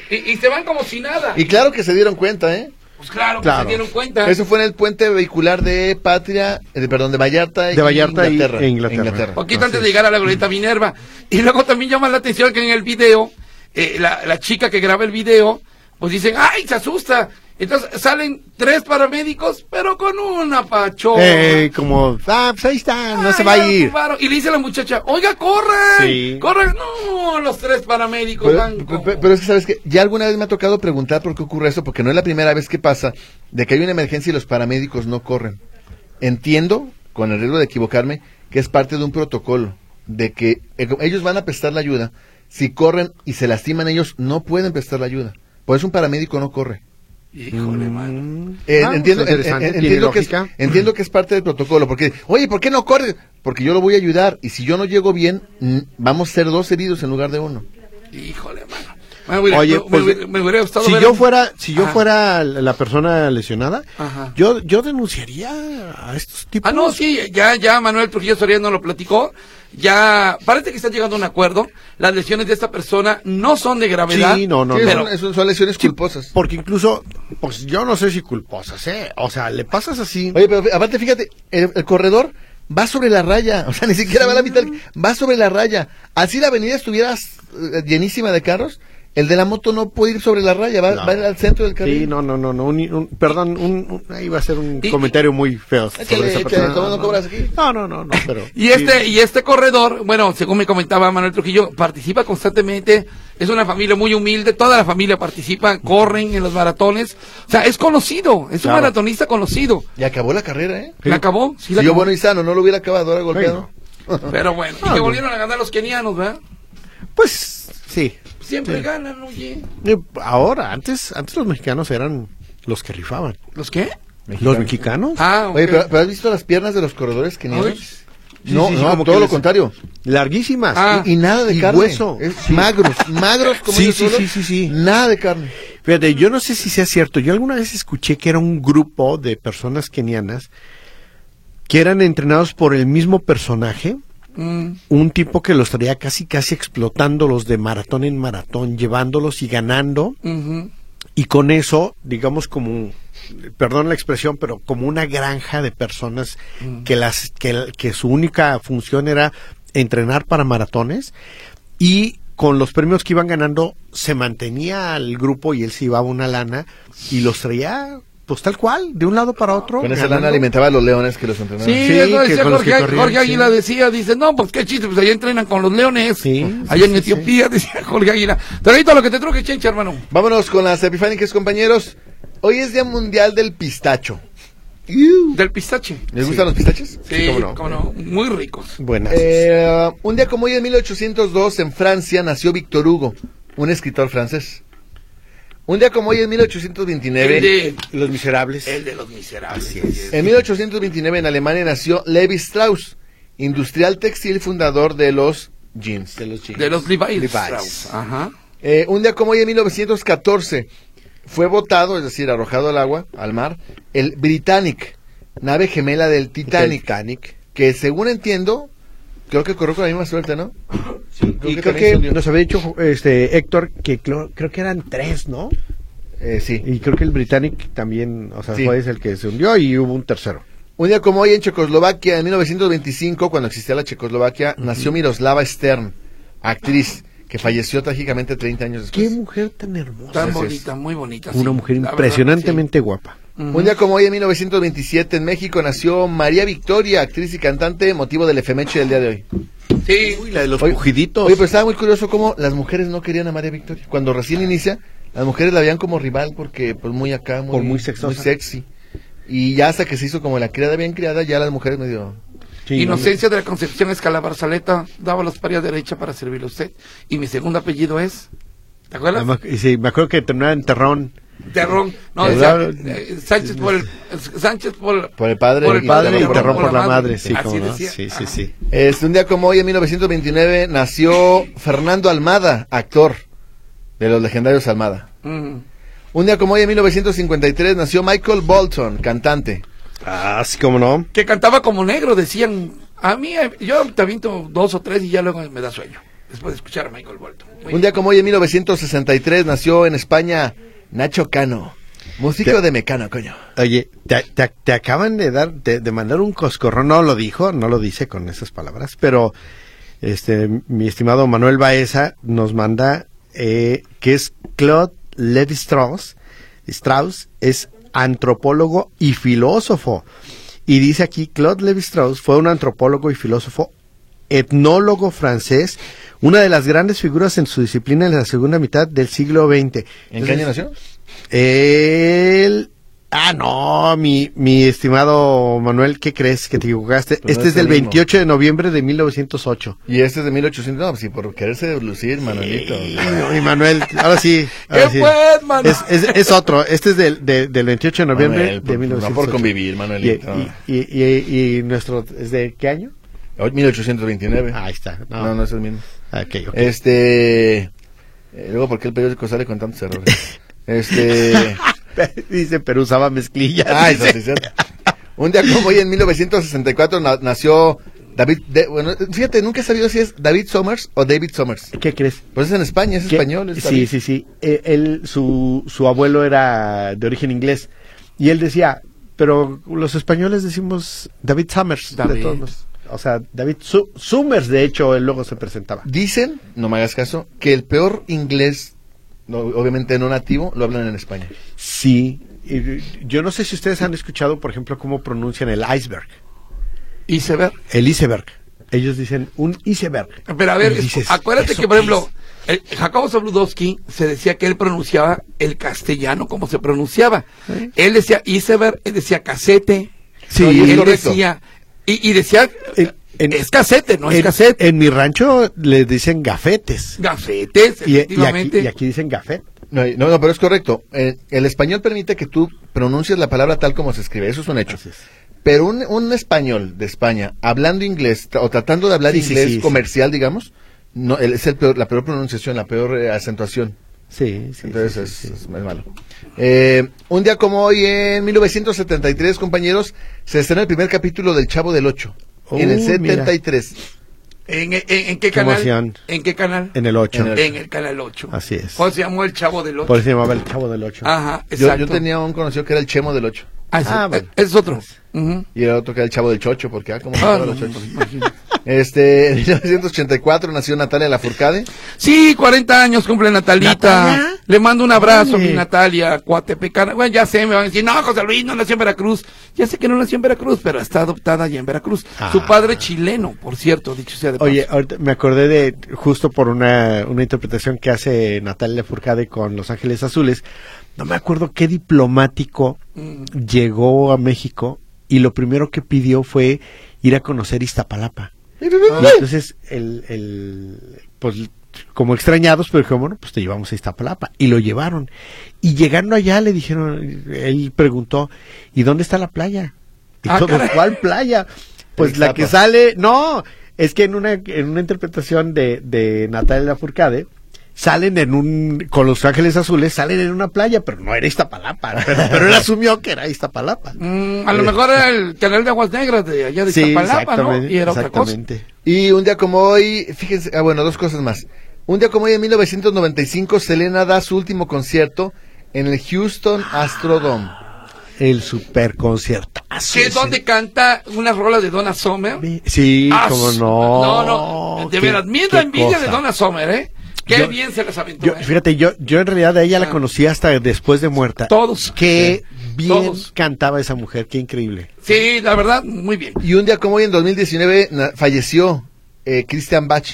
[SPEAKER 1] Y, y se van como si nada.
[SPEAKER 2] Y claro que se dieron cuenta, ¿eh?
[SPEAKER 1] pues claro, que
[SPEAKER 3] Claro.
[SPEAKER 1] se dieron cuenta.
[SPEAKER 2] Eso fue en el puente vehicular de Patria, eh, de- perdón, de Vallarta, y
[SPEAKER 3] De Vallarta y- e Inglaterra.
[SPEAKER 1] Poquito antes de llegar a la glorieta Minerva. Y luego también llama la atención que en el video, eh, la, la chica que graba el video, pues dicen, ¡ay, se asusta! Entonces salen tres paramédicos, pero con una pachona.
[SPEAKER 3] Eh, como, ah, pues ahí está, no
[SPEAKER 1] Ah,
[SPEAKER 3] se va
[SPEAKER 1] ya
[SPEAKER 3] a
[SPEAKER 1] lo
[SPEAKER 3] ir.
[SPEAKER 1] tumbaron. Y le dice la muchacha, oiga, corran,
[SPEAKER 3] Sí.
[SPEAKER 1] corran. No, los tres paramédicos van
[SPEAKER 2] Pero,
[SPEAKER 1] como-
[SPEAKER 2] pe- pero es que, ¿sabes que Ya alguna vez me ha tocado preguntar por qué ocurre eso, porque no es la primera vez que pasa de que hay una emergencia y los paramédicos no corren. Entiendo, con el riesgo de equivocarme, que es parte de un protocolo, de que eh, ellos van a prestar la ayuda. Si corren y se lastiman ellos, no pueden prestar la ayuda. Por eso un paramédico no corre.
[SPEAKER 1] Híjole, mano.
[SPEAKER 2] Eh,
[SPEAKER 3] Ah,
[SPEAKER 2] entiendo,
[SPEAKER 3] pues, interesante,
[SPEAKER 2] en- en-
[SPEAKER 3] tiene
[SPEAKER 2] entiendo que es,
[SPEAKER 3] lógica.
[SPEAKER 2] entiendo que es parte del protocolo, porque, oye, ¿por qué no corres? Porque yo lo voy a ayudar, y si yo no llego bien, mm, vamos a ser dos heridos en lugar de uno.
[SPEAKER 1] Híjole, mano. Me hubiera-
[SPEAKER 3] Oye,
[SPEAKER 1] me- me
[SPEAKER 3] pues,
[SPEAKER 1] hubiera- me hubiera gustado
[SPEAKER 3] Si
[SPEAKER 1] ver-
[SPEAKER 3] yo fuera, si yo
[SPEAKER 1] Ajá.
[SPEAKER 3] fuera la persona lesionada,
[SPEAKER 1] Ajá.
[SPEAKER 3] yo, yo denunciaría a estos tipos.
[SPEAKER 1] Ah, no, sí, ya, ya Manuel Trujillo Soriano lo platicó. Ya parece que está llegando a un acuerdo. Las lesiones de esta persona no son de gravedad.
[SPEAKER 3] Sí, no, no,
[SPEAKER 2] Sí,
[SPEAKER 3] no.
[SPEAKER 1] pero-
[SPEAKER 2] son, son- son lesiones
[SPEAKER 3] Sí,
[SPEAKER 2] culposas.
[SPEAKER 3] Porque incluso, pues yo no sé si culposas, ¿eh? O sea, le pasas así.
[SPEAKER 2] Oye, pero aparte, fíjate, el, el corredor va sobre la raya, o sea, ni siquiera va a la mitad, va sobre la raya. Así la avenida estuviera eh, llenísima de carros, el de la moto no puede ir sobre la raya, va,
[SPEAKER 3] No.
[SPEAKER 2] va al centro del carril.
[SPEAKER 3] Sí, no, no, no, no, un, un- perdón, un, un- ahí va a ser un
[SPEAKER 1] Y-
[SPEAKER 3] comentario muy feo
[SPEAKER 2] que-
[SPEAKER 3] sobre esa
[SPEAKER 2] que-
[SPEAKER 3] persona.
[SPEAKER 2] ¿cómo no cobras aquí?
[SPEAKER 3] No, no, no, no, pero...
[SPEAKER 1] Y este, y este corredor, bueno, según me comentaba Manuel Trujillo, participa constantemente, es una familia muy humilde, toda la familia participa, corren en los maratones, o sea, es conocido, es
[SPEAKER 3] Claro.
[SPEAKER 1] un maratonista conocido.
[SPEAKER 2] Y acabó la carrera, ¿eh?
[SPEAKER 1] ¿La acabó? Sí,
[SPEAKER 2] Si
[SPEAKER 1] la
[SPEAKER 2] yo,
[SPEAKER 1] acabó.
[SPEAKER 2] bueno y sano, no lo hubiera acabado, ahora golpeado.
[SPEAKER 1] Pero
[SPEAKER 3] Ah,
[SPEAKER 1] bueno, y que volvieron a ganar los kenianos, ¿verdad?
[SPEAKER 3] Pues, sí.
[SPEAKER 1] Siempre ganan, oye.
[SPEAKER 3] Eh, Ahora, antes, antes los mexicanos eran los que rifaban.
[SPEAKER 1] ¿Los qué?
[SPEAKER 3] Los mexicanos.
[SPEAKER 1] Ah, ok.
[SPEAKER 2] Oye, pero, pero ¿has visto las piernas de los corredores que
[SPEAKER 1] Ay,
[SPEAKER 2] No,
[SPEAKER 3] sí, sí,
[SPEAKER 2] no, todo
[SPEAKER 3] como que
[SPEAKER 2] lo
[SPEAKER 3] les-
[SPEAKER 2] contrario.
[SPEAKER 3] Larguísimas.
[SPEAKER 1] Ah.
[SPEAKER 2] Y nada de
[SPEAKER 3] Y
[SPEAKER 2] carne.
[SPEAKER 3] hueso.
[SPEAKER 2] Es Magros, magros como
[SPEAKER 3] Sí,
[SPEAKER 2] ellos
[SPEAKER 3] sí,
[SPEAKER 2] solos,
[SPEAKER 3] sí, sí, sí.
[SPEAKER 2] Nada de carne.
[SPEAKER 3] Fíjate, yo no sé si sea cierto. Yo alguna vez escuché que era un grupo de personas kenianas que eran entrenados por el mismo personaje,
[SPEAKER 1] Mm.
[SPEAKER 3] un tipo que los traía casi, casi explotándolos de maratón en maratón, llevándolos y ganando.
[SPEAKER 1] Ujú.
[SPEAKER 3] Y con eso, digamos, como perdón la expresión, pero como una granja de personas que, las, que, que su única función era entrenar para maratones y con los premios que iban ganando se mantenía al grupo y él se llevaba una lana y los traía pues tal cual, de un lado para otro.
[SPEAKER 2] Con esa
[SPEAKER 3] ganando.
[SPEAKER 2] lana alimentaba a los leones que los entrenaban.
[SPEAKER 1] Sí,
[SPEAKER 3] Ah. Sí,
[SPEAKER 1] eso
[SPEAKER 3] que
[SPEAKER 1] decía
[SPEAKER 3] con los
[SPEAKER 1] Jorge,
[SPEAKER 3] que corrían,
[SPEAKER 1] Jorge
[SPEAKER 3] sí.
[SPEAKER 1] Águila decía, dice, no, pues qué chiste, pues allá entrenan con los leones,
[SPEAKER 3] Sí,
[SPEAKER 1] allá en
[SPEAKER 3] sí, sí,
[SPEAKER 1] Etiopía, decía Jorge Águila. Pero ahorita lo que te truque, chencha, hermano.
[SPEAKER 2] Vámonos con las epifánicas, compañeros. Hoy es Día Mundial del Pistacho.
[SPEAKER 1] Del pistache.
[SPEAKER 2] ¿Les gustan los pistaches?
[SPEAKER 1] Sí, cómo no, muy ricos.
[SPEAKER 3] Buenas.
[SPEAKER 2] Eh, un día como hoy, en 1802, en Francia, nació Victor Hugo, un escritor francés. Un día como hoy, en
[SPEAKER 1] El
[SPEAKER 2] 1829,
[SPEAKER 1] de,
[SPEAKER 3] los miserables.
[SPEAKER 1] el de los miserables.
[SPEAKER 2] en 1829 en Alemania nació Levi Strauss, industrial textil fundador de los jeans.
[SPEAKER 1] De los Levi's.
[SPEAKER 2] Levi's.
[SPEAKER 1] Strauss. Ajá.
[SPEAKER 3] Pues
[SPEAKER 2] Eh, un día como hoy, en 1914, fue botado, es decir, arrojado al agua, al mar, el Britannic, nave gemela del Titanic. Que según entiendo, creo que corrió con la misma suerte, ¿no?
[SPEAKER 3] y creo
[SPEAKER 2] también se
[SPEAKER 3] que
[SPEAKER 2] hundió.
[SPEAKER 3] nos había dicho este Héctor que clo- creo que eran tres, ¿no?
[SPEAKER 2] Eh, sí.
[SPEAKER 3] Y creo que el Britannic también, o sea,
[SPEAKER 2] Sí.
[SPEAKER 3] fue ese el que se hundió y hubo un tercero.
[SPEAKER 2] Un día como hoy en Checoslovaquia, en 1925, cuando existía la Checoslovaquia, nació Miroslava Stern, actriz, que falleció trágicamente 30 años
[SPEAKER 3] Qué
[SPEAKER 2] después.
[SPEAKER 3] mujer tan hermosa.
[SPEAKER 1] Tan
[SPEAKER 2] Así es.
[SPEAKER 1] bonita, muy bonita. sí.
[SPEAKER 3] Una mujer
[SPEAKER 1] La verdad,
[SPEAKER 3] impresionantemente guapa.
[SPEAKER 1] sí. Ujú.
[SPEAKER 2] Un día como hoy en 1927, en México, nació María Victoria, actriz y cantante, motivo del efeméride del día de hoy.
[SPEAKER 1] Sí.
[SPEAKER 4] la de los
[SPEAKER 2] Oye,
[SPEAKER 4] pujiditos.
[SPEAKER 2] Oye, pero estaba muy curioso cómo las mujeres no querían a María Victoria. Cuando recién inicia, las mujeres la veían como rival porque, pues, muy acá, muy,
[SPEAKER 3] Por muy sexosa.
[SPEAKER 2] muy sexy. Y ya hasta que se hizo como la criada bien criada, ya las mujeres medio...
[SPEAKER 3] Sí,
[SPEAKER 1] Inocencia de la Concepción Escalabarzaleta daba los pares derecha para servirle a usted. Y mi segundo apellido es. ¿Te acuerdas?
[SPEAKER 3] Además, y sí, me acuerdo que terminaba en terrón.
[SPEAKER 1] Terrón. No,
[SPEAKER 3] ¿Verdad?
[SPEAKER 1] decía, eh, Sánchez por el Sánchez por,
[SPEAKER 2] Por el padre,
[SPEAKER 3] El padre y terrón por la madre, sí,
[SPEAKER 1] Así
[SPEAKER 3] cómo no.
[SPEAKER 1] decía.
[SPEAKER 3] Sí, sí,
[SPEAKER 1] Ajá.
[SPEAKER 3] sí.
[SPEAKER 2] Este, un día como hoy, en 1929, nació Fernando Almada, actor de los legendarios Almada.
[SPEAKER 1] Mm.
[SPEAKER 2] Un día como hoy, en 1953, nació Michael Bolton, cantante.
[SPEAKER 3] Ah, sí, cómo no.
[SPEAKER 1] Que cantaba como negro, decían. A mí, eh, yo te aviento dos o tres y ya luego me da sueño. Después de escuchar a Michael Bolton. Muy
[SPEAKER 2] Un día como hoy, en 1963, nació en España Nacho Cano, músico de Mecano, coño.
[SPEAKER 3] Oye, te, te- te acaban de dar, de, de mandar un coscorrón, no lo dijo, no lo dice con esas palabras, pero este, mi estimado Manuel Baeza nos manda eh, que es Claude Levi Strauss, Strauss es antropólogo y filósofo. Y dice aquí, Claude Levi Strauss fue un antropólogo y filósofo etnólogo francés, una de las grandes figuras en su disciplina en la segunda mitad del siglo XX.
[SPEAKER 2] ¿En qué año nació?
[SPEAKER 3] El. Ah, no, mi, mi estimado Manuel, ¿qué crees que te equivocaste?
[SPEAKER 2] Pero Pues no es
[SPEAKER 3] este es del
[SPEAKER 2] el mismo.
[SPEAKER 3] 28 de noviembre de 1908.
[SPEAKER 2] Y este es de 1800, no, sí, por quererse lucir, Manolito.
[SPEAKER 3] Y, y Manuel, ahora sí. ahora
[SPEAKER 1] ¿Qué
[SPEAKER 3] sí.
[SPEAKER 1] pues, mano?
[SPEAKER 3] Es, es- es otro, este es del, de- del 28 de noviembre
[SPEAKER 2] Manuel,
[SPEAKER 3] de
[SPEAKER 2] por-
[SPEAKER 3] 1908.
[SPEAKER 2] no por convivir,
[SPEAKER 3] Y,
[SPEAKER 2] Manuelito.
[SPEAKER 3] y- y- y- y nuestro, ¿es de qué año?
[SPEAKER 2] Hoy, 1829.
[SPEAKER 3] Ah, ahí está. No,
[SPEAKER 2] no, no es el mismo.
[SPEAKER 3] Ah, ok, ok.
[SPEAKER 2] Este. eh, luego, ¿por qué el periódico sale con tantos errores? Este.
[SPEAKER 3] Dice, pero usaba mezclillas.
[SPEAKER 2] ah, eso
[SPEAKER 3] dice.
[SPEAKER 2] sí, cierto. Un día como hoy, en 1964, na- nació David. de- bueno, fíjate, nunca he sabido si es David Somers o David Somers.
[SPEAKER 3] ¿Qué crees?
[SPEAKER 2] Pues es en España, es
[SPEAKER 3] que-
[SPEAKER 2] español. Es
[SPEAKER 3] sí,
[SPEAKER 2] David.
[SPEAKER 3] sí, sí. Eh, él, su, su abuelo era de origen inglés. Y él decía, pero los españoles decimos David Summers.
[SPEAKER 1] David.
[SPEAKER 3] De todos los- o sea, David Su- Summers, de hecho, él luego se presentaba.
[SPEAKER 2] Dicen, no me hagas caso, que el peor inglés, no, obviamente no nativo, lo hablan en España.
[SPEAKER 3] Sí. Y Yo no sé si ustedes han escuchado, por ejemplo, cómo pronuncian el iceberg.
[SPEAKER 1] Y se ve.
[SPEAKER 3] El iceberg. Ellos dicen un iceberg.
[SPEAKER 1] Pero a ver,
[SPEAKER 3] Y dices,
[SPEAKER 1] escu- acuérdate
[SPEAKER 3] ¿eso
[SPEAKER 1] que, por
[SPEAKER 3] qué
[SPEAKER 1] ejemplo, el- Jacobo Zabludowski se decía que él pronunciaba el castellano como se pronunciaba. Él decía iceberg, él decía casete.
[SPEAKER 3] Sí,
[SPEAKER 1] y
[SPEAKER 2] es
[SPEAKER 1] él
[SPEAKER 2] correcto.
[SPEAKER 1] decía. Y, y decía.
[SPEAKER 3] En- en-
[SPEAKER 1] es casete, no es
[SPEAKER 3] en,
[SPEAKER 1] casete.
[SPEAKER 3] en mi rancho les dicen gafetes.
[SPEAKER 1] Gafetes,
[SPEAKER 3] Y, y aquí,
[SPEAKER 1] efectivamente.
[SPEAKER 3] y aquí dicen gafet.
[SPEAKER 2] No, no, no, pero es correcto. Eh, el español permite que tú pronuncies la palabra tal como se escribe. Eso es un hecho.
[SPEAKER 3] Así es.
[SPEAKER 2] Pero un, un español de España hablando inglés tra- o tratando de hablar
[SPEAKER 3] Sí, sí,
[SPEAKER 2] inglés
[SPEAKER 3] sí, sí.
[SPEAKER 2] comercial, digamos, no, el- es el peor- la peor pronunciación, la peor eh, acentuación.
[SPEAKER 3] Sí, sí.
[SPEAKER 2] Entonces
[SPEAKER 3] sí,
[SPEAKER 2] es,
[SPEAKER 3] sí, sí.
[SPEAKER 2] es muy malo. Eh, un día como hoy, en
[SPEAKER 3] Uh,
[SPEAKER 2] 1973, compañeros, se estrenó el primer capítulo del Chavo del Ocho. en el
[SPEAKER 3] Oh, mira.
[SPEAKER 2] 73.
[SPEAKER 1] ¿En, en, en qué
[SPEAKER 3] ¿Cómo
[SPEAKER 1] canal?
[SPEAKER 3] hacían?
[SPEAKER 1] ¿En qué canal?
[SPEAKER 3] En el 8.
[SPEAKER 2] En
[SPEAKER 1] En el canal 8.
[SPEAKER 3] Así es.
[SPEAKER 1] ¿Cómo se llamó el chavo del 8?
[SPEAKER 3] Por eso se llamaba el Chavo del 8.
[SPEAKER 1] Ajá,
[SPEAKER 2] Yo,
[SPEAKER 1] exacto.
[SPEAKER 2] yo tenía un conocido que era el Chemo del 8.
[SPEAKER 1] Ah, ese-
[SPEAKER 3] Ah, bueno.
[SPEAKER 1] eh, ese es otro. Ujú.
[SPEAKER 2] Y era otro que era el Chavo del Chocho, porque ah, como
[SPEAKER 1] Ah, no,
[SPEAKER 2] los
[SPEAKER 1] no,
[SPEAKER 2] chochos. Este, en 1984 nació Natalia Lafourcade.
[SPEAKER 1] Sí, 40 años cumple Natalita.
[SPEAKER 3] ¿Natalia?
[SPEAKER 1] Le mando un abrazo,
[SPEAKER 3] Oye.
[SPEAKER 1] mi Natalia, cuatepecana. Bueno, ya sé, me van a decir, no, José Luis no nació en Veracruz. Ya sé que no nació en Veracruz, pero está adoptada ya en Veracruz.
[SPEAKER 3] Ah.
[SPEAKER 1] Su padre chileno, por cierto, dicho sea de paso.
[SPEAKER 3] Oye, ahorita me acordé de justo por una, una interpretación que hace Natalia Furcade con Los Ángeles Azules. No me acuerdo qué diplomático
[SPEAKER 1] Mm.
[SPEAKER 3] llegó a México y lo primero que pidió fue ir a conocer Iztapalapa.
[SPEAKER 1] Ah.
[SPEAKER 3] Y entonces, el, el, pues, como extrañados, pero dijeron, bueno, pues te llevamos a Iztapalapa. Y lo llevaron. Y llegando allá le dijeron, él preguntó, ¿y dónde está la playa? Y
[SPEAKER 1] Ah,
[SPEAKER 3] todos,
[SPEAKER 1] caray.
[SPEAKER 3] ¿cuál playa? Pues
[SPEAKER 2] El
[SPEAKER 3] la que
[SPEAKER 2] Iztapa.
[SPEAKER 3] sale, no, es que en una, en una interpretación de, de Natalia Lafourcade, salen en un, con los ángeles azules, salen en una playa, pero no era Iztapalapa, pero, pero él asumió que era Iztapalapa.
[SPEAKER 1] Mm, a
[SPEAKER 3] eh.
[SPEAKER 1] lo mejor era el canal de Aguas Negras de allá de Iztapalapa, ¿no? Y era otra cosa.
[SPEAKER 2] Y un día como hoy, fíjense, ah, bueno, dos cosas más. Un día como hoy, en 1995, Selena da su último concierto en el Houston Astrodome.
[SPEAKER 3] El super conciertazo.
[SPEAKER 1] Que es donde canta una rola de Donna Summer.
[SPEAKER 3] Sí,
[SPEAKER 1] Ah,
[SPEAKER 3] como
[SPEAKER 1] su-
[SPEAKER 3] no.
[SPEAKER 1] No, no. De
[SPEAKER 3] Qué-
[SPEAKER 1] veras, mira
[SPEAKER 3] qué
[SPEAKER 1] la envidia de
[SPEAKER 3] cosa.
[SPEAKER 1] Donna Summer, ¿eh? Qué
[SPEAKER 3] Yo-
[SPEAKER 1] bien se las aventó.
[SPEAKER 3] Yo,
[SPEAKER 1] ¿eh?
[SPEAKER 3] fíjate, yo, yo en realidad a ella la
[SPEAKER 1] Ah.
[SPEAKER 3] conocí hasta después de muerta.
[SPEAKER 1] Todos.
[SPEAKER 3] Qué bien
[SPEAKER 1] Todos.
[SPEAKER 3] cantaba esa mujer, qué increíble.
[SPEAKER 1] Sí, la verdad, muy bien.
[SPEAKER 2] Y un día como hoy, en 2019, na- falleció eh, Christian Bach,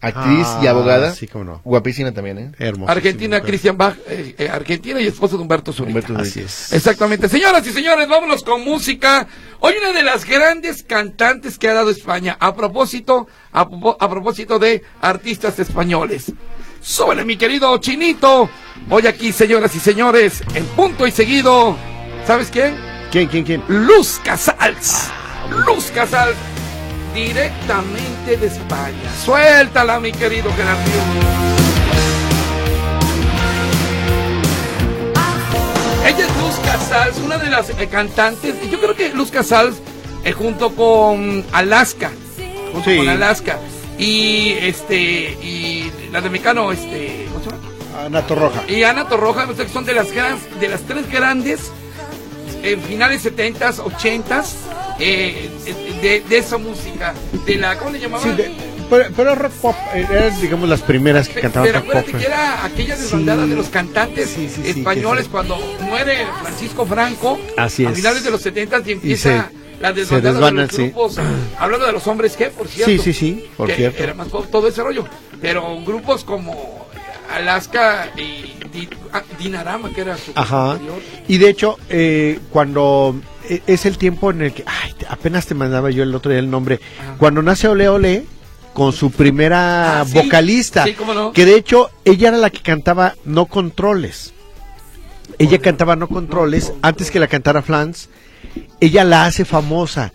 [SPEAKER 2] actriz y
[SPEAKER 3] Ah,
[SPEAKER 2] abogada.
[SPEAKER 3] sí, cómo no.
[SPEAKER 2] Guapísima también, ¿eh?
[SPEAKER 3] Hermosa.
[SPEAKER 1] Argentina,
[SPEAKER 3] mujer.
[SPEAKER 1] Cristian Bach, eh, eh, Argentina y esposo de Humberto Zurita.
[SPEAKER 2] Humberto Zurita.
[SPEAKER 3] Así es.
[SPEAKER 1] Exactamente. Señoras y señores, vámonos con música. Hoy una de las grandes cantantes que ha dado España. A propósito, a, propo- a propósito de artistas españoles. Súbele, mi querido Chinito. Hoy aquí, señoras y señores, en punto y seguido. ¿Sabes quién?
[SPEAKER 3] ¿Quién, quién, quién?
[SPEAKER 1] Luz Casals. Luz Casals. Directamente de España. Suéltala, mi querido Gerardino. Ella es Luz Casals, una de las eh, cantantes. Yo creo que Luz Casals, eh, junto con Alaska, junto
[SPEAKER 3] Sí.
[SPEAKER 1] con Alaska, y este, y la de Mecano, este, ¿cómo se llama?
[SPEAKER 3] Ana Torroja.
[SPEAKER 1] y Ana Torroja, no sé, son de las, gran- de las tres grandes en finales 70s, 80s eh, de, de esa música. De la, ¿Cómo le llamaban?
[SPEAKER 3] Sí, de- pero, pero rock pop, eh, eran, digamos, las primeras que
[SPEAKER 1] Pe-
[SPEAKER 3] cantaban
[SPEAKER 1] Pero
[SPEAKER 3] rock pop.
[SPEAKER 1] acuérdate que era aquella desbandada
[SPEAKER 3] Sí.
[SPEAKER 1] de los cantantes
[SPEAKER 3] Sí, sí, sí,
[SPEAKER 1] españoles
[SPEAKER 3] que se-
[SPEAKER 1] cuando muere Francisco Franco
[SPEAKER 3] Así
[SPEAKER 1] a
[SPEAKER 3] es.
[SPEAKER 1] finales de los 70 y empieza
[SPEAKER 3] se-
[SPEAKER 1] la desbandada
[SPEAKER 3] se
[SPEAKER 1] de
[SPEAKER 3] desbandan,
[SPEAKER 1] los
[SPEAKER 3] sí.
[SPEAKER 1] grupos. Hablando de los hombres G, por cierto.
[SPEAKER 3] Sí, sí, sí, por
[SPEAKER 1] que
[SPEAKER 3] cierto.
[SPEAKER 1] Era más pop todo ese rollo. Pero grupos como Alaska y Di- ah, Dinarama, que era su
[SPEAKER 3] Ajá.
[SPEAKER 1] anterior.
[SPEAKER 3] Y de hecho, eh, cuando eh, es el tiempo en el que ay, te- apenas te mandaba yo el otro día el nombre,
[SPEAKER 1] Ajá.
[SPEAKER 3] cuando nace Ole Ole con su primera
[SPEAKER 1] Ah, sí.
[SPEAKER 3] vocalista,
[SPEAKER 1] Sí, cómo no.
[SPEAKER 3] que de hecho ella era la que cantaba No Controles. Ella cantaba No Controles antes que la cantara Flans. Ella la hace famosa.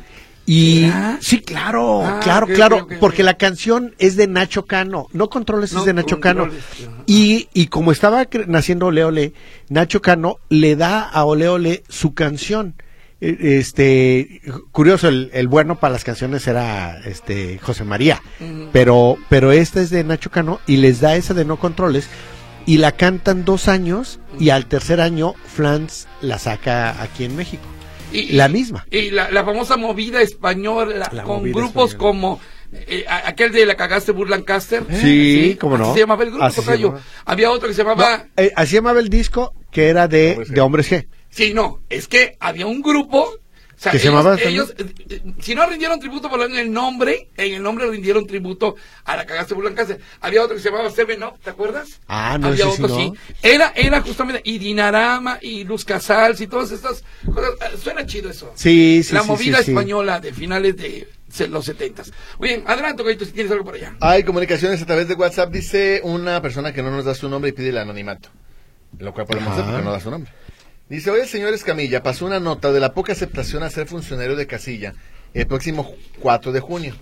[SPEAKER 3] Y
[SPEAKER 1] ¿Verdad?
[SPEAKER 3] sí, claro,
[SPEAKER 1] Ah,
[SPEAKER 3] claro,
[SPEAKER 1] ok,
[SPEAKER 3] claro,
[SPEAKER 1] ok, ok,
[SPEAKER 3] porque
[SPEAKER 1] ok.
[SPEAKER 3] la canción es de Nacho Cano. No Controles
[SPEAKER 1] No
[SPEAKER 3] es de Nacho Cano.
[SPEAKER 1] Controles, ajá.
[SPEAKER 3] Y, y como estaba cre- naciendo Ole Ole, Nacho Cano le da a Ole Ole su canción. E- Este, curioso, el, el bueno para las canciones era este José María,
[SPEAKER 1] Ujú.
[SPEAKER 3] pero, pero esta es de Nacho Cano y les da esa de No Controles y la cantan dos años y al tercer año Flans la saca aquí en México.
[SPEAKER 1] Y-
[SPEAKER 3] La misma.
[SPEAKER 1] Y la, la famosa movida española
[SPEAKER 3] La
[SPEAKER 1] con
[SPEAKER 3] movida
[SPEAKER 1] grupos
[SPEAKER 3] española.
[SPEAKER 1] como eh, a- aquel de la cagaste Burlancaster.
[SPEAKER 3] Sí, cómo no.
[SPEAKER 1] Así se llamaba el grupo,
[SPEAKER 3] Así se
[SPEAKER 1] tocayo.
[SPEAKER 3] llamaba.
[SPEAKER 1] Había otro que se
[SPEAKER 3] No,
[SPEAKER 1] llamaba.
[SPEAKER 3] eh, así llamaba el disco que era de
[SPEAKER 2] Hombres G.
[SPEAKER 3] de Hombres G.
[SPEAKER 1] Sí, no, es que había un grupo. o sea,
[SPEAKER 3] ¿Que se
[SPEAKER 1] ellos-
[SPEAKER 3] llamaba
[SPEAKER 1] ellos, eh, eh, si no rindieron tributo por en el nombre, en el nombre rindieron tributo a la cagaste Burlancaster. Había otro que se llamaba Seven Up, ¿te acuerdas?
[SPEAKER 3] Ah, no,
[SPEAKER 1] Había
[SPEAKER 3] ese sí
[SPEAKER 1] otro,
[SPEAKER 3] no.
[SPEAKER 1] sí. Era, era justamente, y Dinarama, y Luz Casals, y todas estas cosas. Ah, Suena chido eso.
[SPEAKER 3] Sí, sí,
[SPEAKER 1] la
[SPEAKER 3] sí,
[SPEAKER 1] movida
[SPEAKER 3] sí, sí.
[SPEAKER 1] española de finales de se- los setentas. Muy bien, adelante, Coito, si tienes algo por allá.
[SPEAKER 2] Hay comunicaciones a través de WhatsApp, dice una persona que no nos da su nombre y pide el anonimato. Lo cual podemos
[SPEAKER 3] Ajá.
[SPEAKER 2] hacer porque no da su nombre. Dice, oye, señor Escamilla, pasó una nota de la poca aceptación a ser funcionario de casilla el próximo ju- 4 de junio.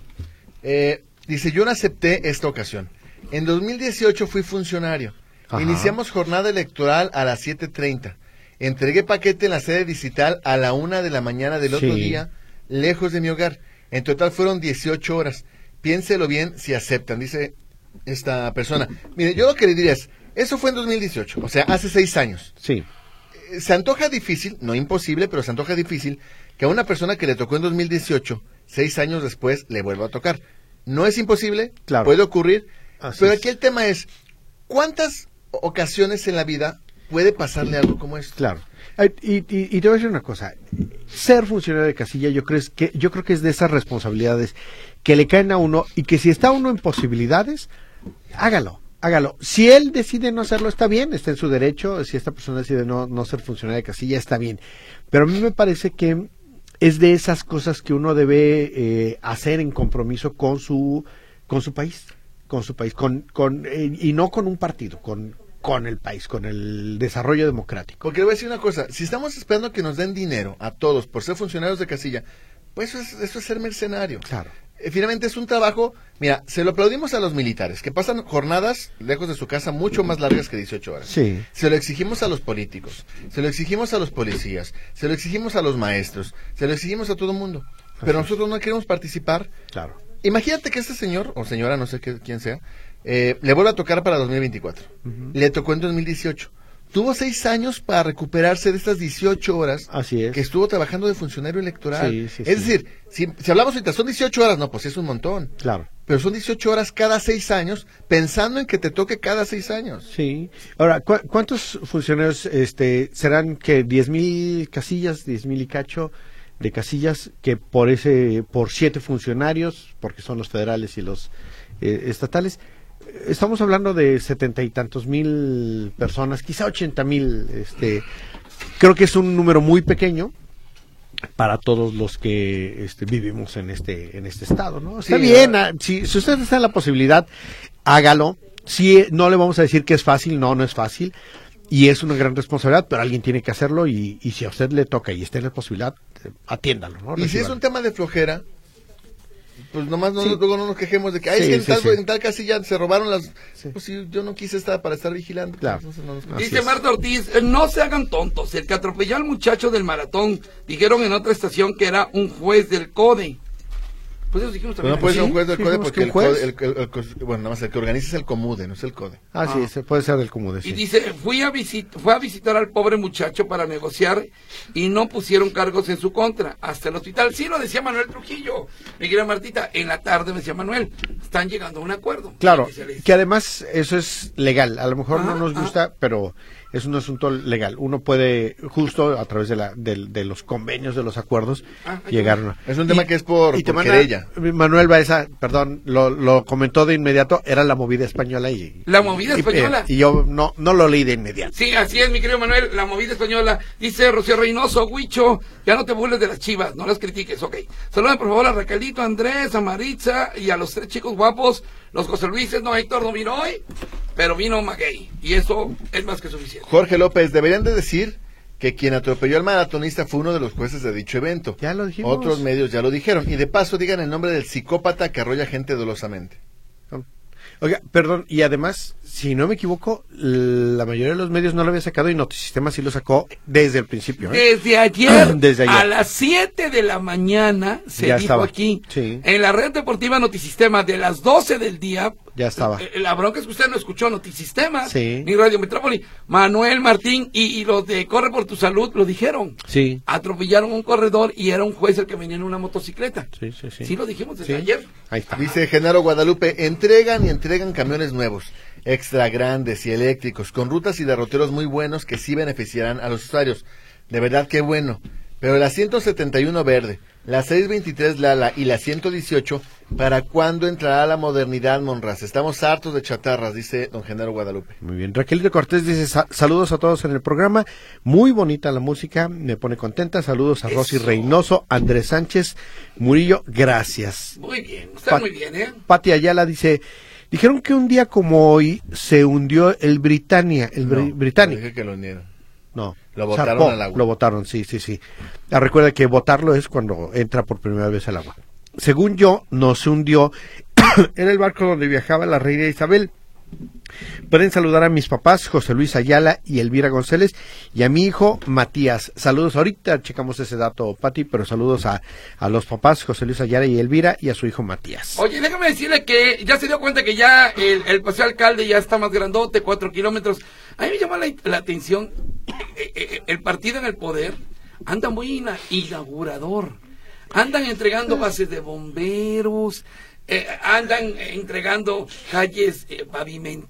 [SPEAKER 2] Eh, dice, yo no acepté esta ocasión. En 2018 fui funcionario.
[SPEAKER 3] Ajá.
[SPEAKER 2] Iniciamos jornada electoral a las 7.30. Entregué paquete en la sede digital a la 1 de la mañana del otro
[SPEAKER 3] Sí.
[SPEAKER 2] día, lejos de mi hogar. En total fueron 18 horas. piénselo bien si aceptan, dice esta persona. Mire, yo lo que le diría es, eso fue en 2018, o sea, hace seis años.
[SPEAKER 3] Sí.
[SPEAKER 2] Eh, Se antoja difícil, no imposible, pero se antoja difícil que a una persona que le tocó en 2018, seis años después, le vuelva a tocar. No es imposible,
[SPEAKER 3] Claro.
[SPEAKER 2] puede ocurrir,
[SPEAKER 3] Así
[SPEAKER 2] pero
[SPEAKER 3] es.
[SPEAKER 2] aquí el tema es, ¿cuántas ocasiones en la vida puede pasarle algo como esto?
[SPEAKER 3] Claro. Ay, Y, y- y te voy a decir una cosa. Ser funcionario de casilla, yo creo, es que, yo creo que es de esas responsabilidades que le caen a uno y que si está uno en posibilidades, hágalo. Hágalo. Si él decide no hacerlo, está bien, está en su derecho. Si esta persona decide no, no ser funcionario de casilla, está bien. Pero a mí me parece que es de esas cosas que uno debe eh, hacer en compromiso con su, con su país. Con su país. Con, con, eh, y no con un partido, con, con el país, con el desarrollo democrático.
[SPEAKER 2] Porque le voy a decir una cosa, si estamos esperando que nos den dinero a todos por ser funcionarios de casilla, pues eso es, eso es ser mercenario.
[SPEAKER 3] Claro.
[SPEAKER 2] Eh, Finalmente es un trabajo, mira, se lo aplaudimos a los militares, que pasan jornadas lejos de su casa mucho más largas que 18 horas.
[SPEAKER 3] Sí.
[SPEAKER 2] Se lo exigimos a los políticos, se lo exigimos a los policías, se lo exigimos a los maestros, se lo exigimos a todo el mundo. Pero nosotros no queremos participar.
[SPEAKER 3] Claro.
[SPEAKER 2] Imagínate que este señor, o señora, no sé qué- quién sea, eh, le vuelve a tocar para 2024. Le tocó en 2018. Tuvo seis años para recuperarse de estas 18 horas
[SPEAKER 3] Así es.
[SPEAKER 2] que estuvo trabajando de funcionario electoral.
[SPEAKER 3] Sí, sí,
[SPEAKER 2] es
[SPEAKER 3] sí.
[SPEAKER 2] decir, si, si hablamos ahorita, son 18 horas, no, pues es un montón.
[SPEAKER 3] Claro.
[SPEAKER 2] Pero son 18 horas cada seis años pensando en que te toque cada seis años.
[SPEAKER 3] Sí. Ahora, ¿cu- ¿cuántos funcionarios este, serán que 10.000 mil casillas, 10.000 mil y cacho de casillas que por ese, por siete funcionarios, porque son los federales y los eh, estatales? Estamos hablando de setenta y tantos mil personas, quizá ochenta mil. Este, creo que es un número muy pequeño para todos los que este, vivimos en este en este estado, ¿no? Está
[SPEAKER 2] Sí,
[SPEAKER 3] bien,
[SPEAKER 2] ahora-
[SPEAKER 3] ah, si, si usted está en la posibilidad, hágalo. Si eh, no le vamos a decir que es fácil, no, no es fácil. Y es una gran responsabilidad, pero alguien tiene que hacerlo y, y si a usted le toca y está en la posibilidad, eh, atiéndalo, ¿no?
[SPEAKER 2] Y si es
[SPEAKER 3] Recíbalo.
[SPEAKER 2] un tema de flojera, pues nomás no,
[SPEAKER 3] Sí.
[SPEAKER 2] luego no nos quejemos de que, ay, es
[SPEAKER 3] Sí,
[SPEAKER 2] que en,
[SPEAKER 3] sí,
[SPEAKER 2] tal,
[SPEAKER 3] sí.
[SPEAKER 2] en tal casilla se robaron las...
[SPEAKER 3] Sí.
[SPEAKER 2] Pues sí, yo no quise estar para estar vigilando.
[SPEAKER 3] Claro.
[SPEAKER 2] Entonces, no nos-
[SPEAKER 3] Así
[SPEAKER 1] Dice
[SPEAKER 3] es.
[SPEAKER 1] Marta Ortiz, "Eh, no se hagan tontos, el que atropelló al muchacho del maratón, dijeron en otra estación que era un juez del CODE. Pues eso dijimos
[SPEAKER 2] Pero
[SPEAKER 1] también.
[SPEAKER 3] Ah,
[SPEAKER 2] no puede ser
[SPEAKER 1] aquí.
[SPEAKER 2] un juez del
[SPEAKER 3] sí,
[SPEAKER 2] CODE
[SPEAKER 3] dijimos
[SPEAKER 2] porque el
[SPEAKER 3] que un
[SPEAKER 2] CODE,
[SPEAKER 3] juez.
[SPEAKER 2] el- el- el cos- bueno, nada más el que organiza es el COMUDE, no es el CODE.
[SPEAKER 3] Ah, sí, se puede ser del común
[SPEAKER 1] Y dice, fui a, visit- fue a visitar al pobre muchacho para negociar y no pusieron cargos en su contra. Hasta el hospital, sí lo decía Manuel Trujillo. Mi querida Martita, en la tarde me decía Manuel, están llegando a un acuerdo.
[SPEAKER 3] Claro,
[SPEAKER 1] Y se les-
[SPEAKER 3] que además eso es legal. A lo mejor
[SPEAKER 1] Ajá,
[SPEAKER 3] no nos
[SPEAKER 1] ajá.
[SPEAKER 3] gusta, pero es un asunto legal. Uno puede, justo a través de, la, del- de los convenios, de los acuerdos,
[SPEAKER 1] Ah, ahí
[SPEAKER 3] llegar. a-
[SPEAKER 2] Es un tema que es por-
[SPEAKER 3] y te
[SPEAKER 2] por
[SPEAKER 3] manda-
[SPEAKER 2] querella.
[SPEAKER 3] Manuel Baeza, perdón, lo, lo comentó de inmediato, era la movida española y...
[SPEAKER 1] La movida
[SPEAKER 3] y- eh,
[SPEAKER 1] española.
[SPEAKER 3] Y, yo no, no lo leí de inmediato.
[SPEAKER 1] Sí, así es, mi querido Manuel, la movida española. Dice Rocío Reynoso, Huicho, ya no te burles de las chivas, no las critiques, ok. Saluda por favor a Raquelito, a Andrés, a Maritza y a los tres chicos guapos, los José Luises, no, Héctor no vino hoy, pero vino Maguey, y eso es más que suficiente.
[SPEAKER 2] Jorge López, deberían de decir que quien atropelló al maratonista fue uno de los jueces de dicho evento.
[SPEAKER 3] Ya lo dijimos.
[SPEAKER 2] Otros medios ya lo dijeron. Y de paso digan el nombre del psicópata que arrolla gente dolosamente.
[SPEAKER 3] Oiga, perdón, y además, si no me equivoco, la mayoría de los medios no lo había sacado y Notisistema sí lo sacó desde el principio. ¿eh?
[SPEAKER 1] Desde ayer,
[SPEAKER 3] Desde ayer.
[SPEAKER 1] a las 7 de la mañana se
[SPEAKER 3] Ya
[SPEAKER 1] dijo
[SPEAKER 3] estaba.
[SPEAKER 1] aquí,
[SPEAKER 3] Sí.
[SPEAKER 1] en la red deportiva Notisistema, de las 12 del día,
[SPEAKER 3] Ya estaba.
[SPEAKER 1] Eh, La bronca es que usted no escuchó Notisistema
[SPEAKER 3] Ah. Sí.
[SPEAKER 1] ni Radio Metrópoli. Manuel Martín y, y los de Corre por tu Salud lo dijeron.
[SPEAKER 3] Sí.
[SPEAKER 1] Atropellaron un corredor y era un juez el que venía en una motocicleta.
[SPEAKER 3] Sí, sí, sí.
[SPEAKER 1] lo dijimos desde
[SPEAKER 3] Sí.
[SPEAKER 1] ayer.
[SPEAKER 3] Ahí está.
[SPEAKER 2] Dice Genaro Guadalupe, entregan y entregan camiones nuevos, extra grandes y eléctricos, con rutas y derroteros muy buenos que sí beneficiarán a los usuarios. De verdad que bueno. Pero la 171 verde, la 623 Lala y la 118, ¿para cuándo entrará la modernidad, Monraz? Estamos hartos de chatarras, dice don Genaro Guadalupe.
[SPEAKER 3] Muy bien. Raquelito Cortés dice "Sa- saludos a todos en el programa. Muy bonita la música, me pone contenta. Saludos a Rosy Reynoso, Andrés Sánchez, Murillo, gracias.
[SPEAKER 1] Muy bien, está
[SPEAKER 3] Pat-
[SPEAKER 1] muy bien, ¿eh?
[SPEAKER 3] Pati Ayala dice, dijeron que un día como hoy se hundió el Britannia, el Bri-
[SPEAKER 2] No,
[SPEAKER 3] Britannic.
[SPEAKER 2] dije que lo unieron.
[SPEAKER 3] No.
[SPEAKER 2] Lo botaron
[SPEAKER 3] zarpó,
[SPEAKER 2] al agua.
[SPEAKER 3] Lo botaron, sí, sí, sí. Ah, recuerda que botarlo es cuando entra por primera vez al agua. Según yo, no se hundió. Era el barco donde viajaba la reina Isabel. Pueden saludar a mis papás, José Luis Ayala y Elvira González, y a mi hijo Matías. Saludos, ahorita checamos ese dato, Pati, pero saludos a, a los papás, José Luis Ayala y Elvira, y a su hijo Matías.
[SPEAKER 1] Oye, déjame decirle que ya se dio cuenta que ya el, el paseo alcalde ya está más grandote, cuatro kilómetros. A mí me llama la, la atención, eh, eh, el partido en el poder anda muy ina- inaugurador. Andan
[SPEAKER 2] Ah.
[SPEAKER 1] entregando bases de bomberos, eh, andan entregando calles eh,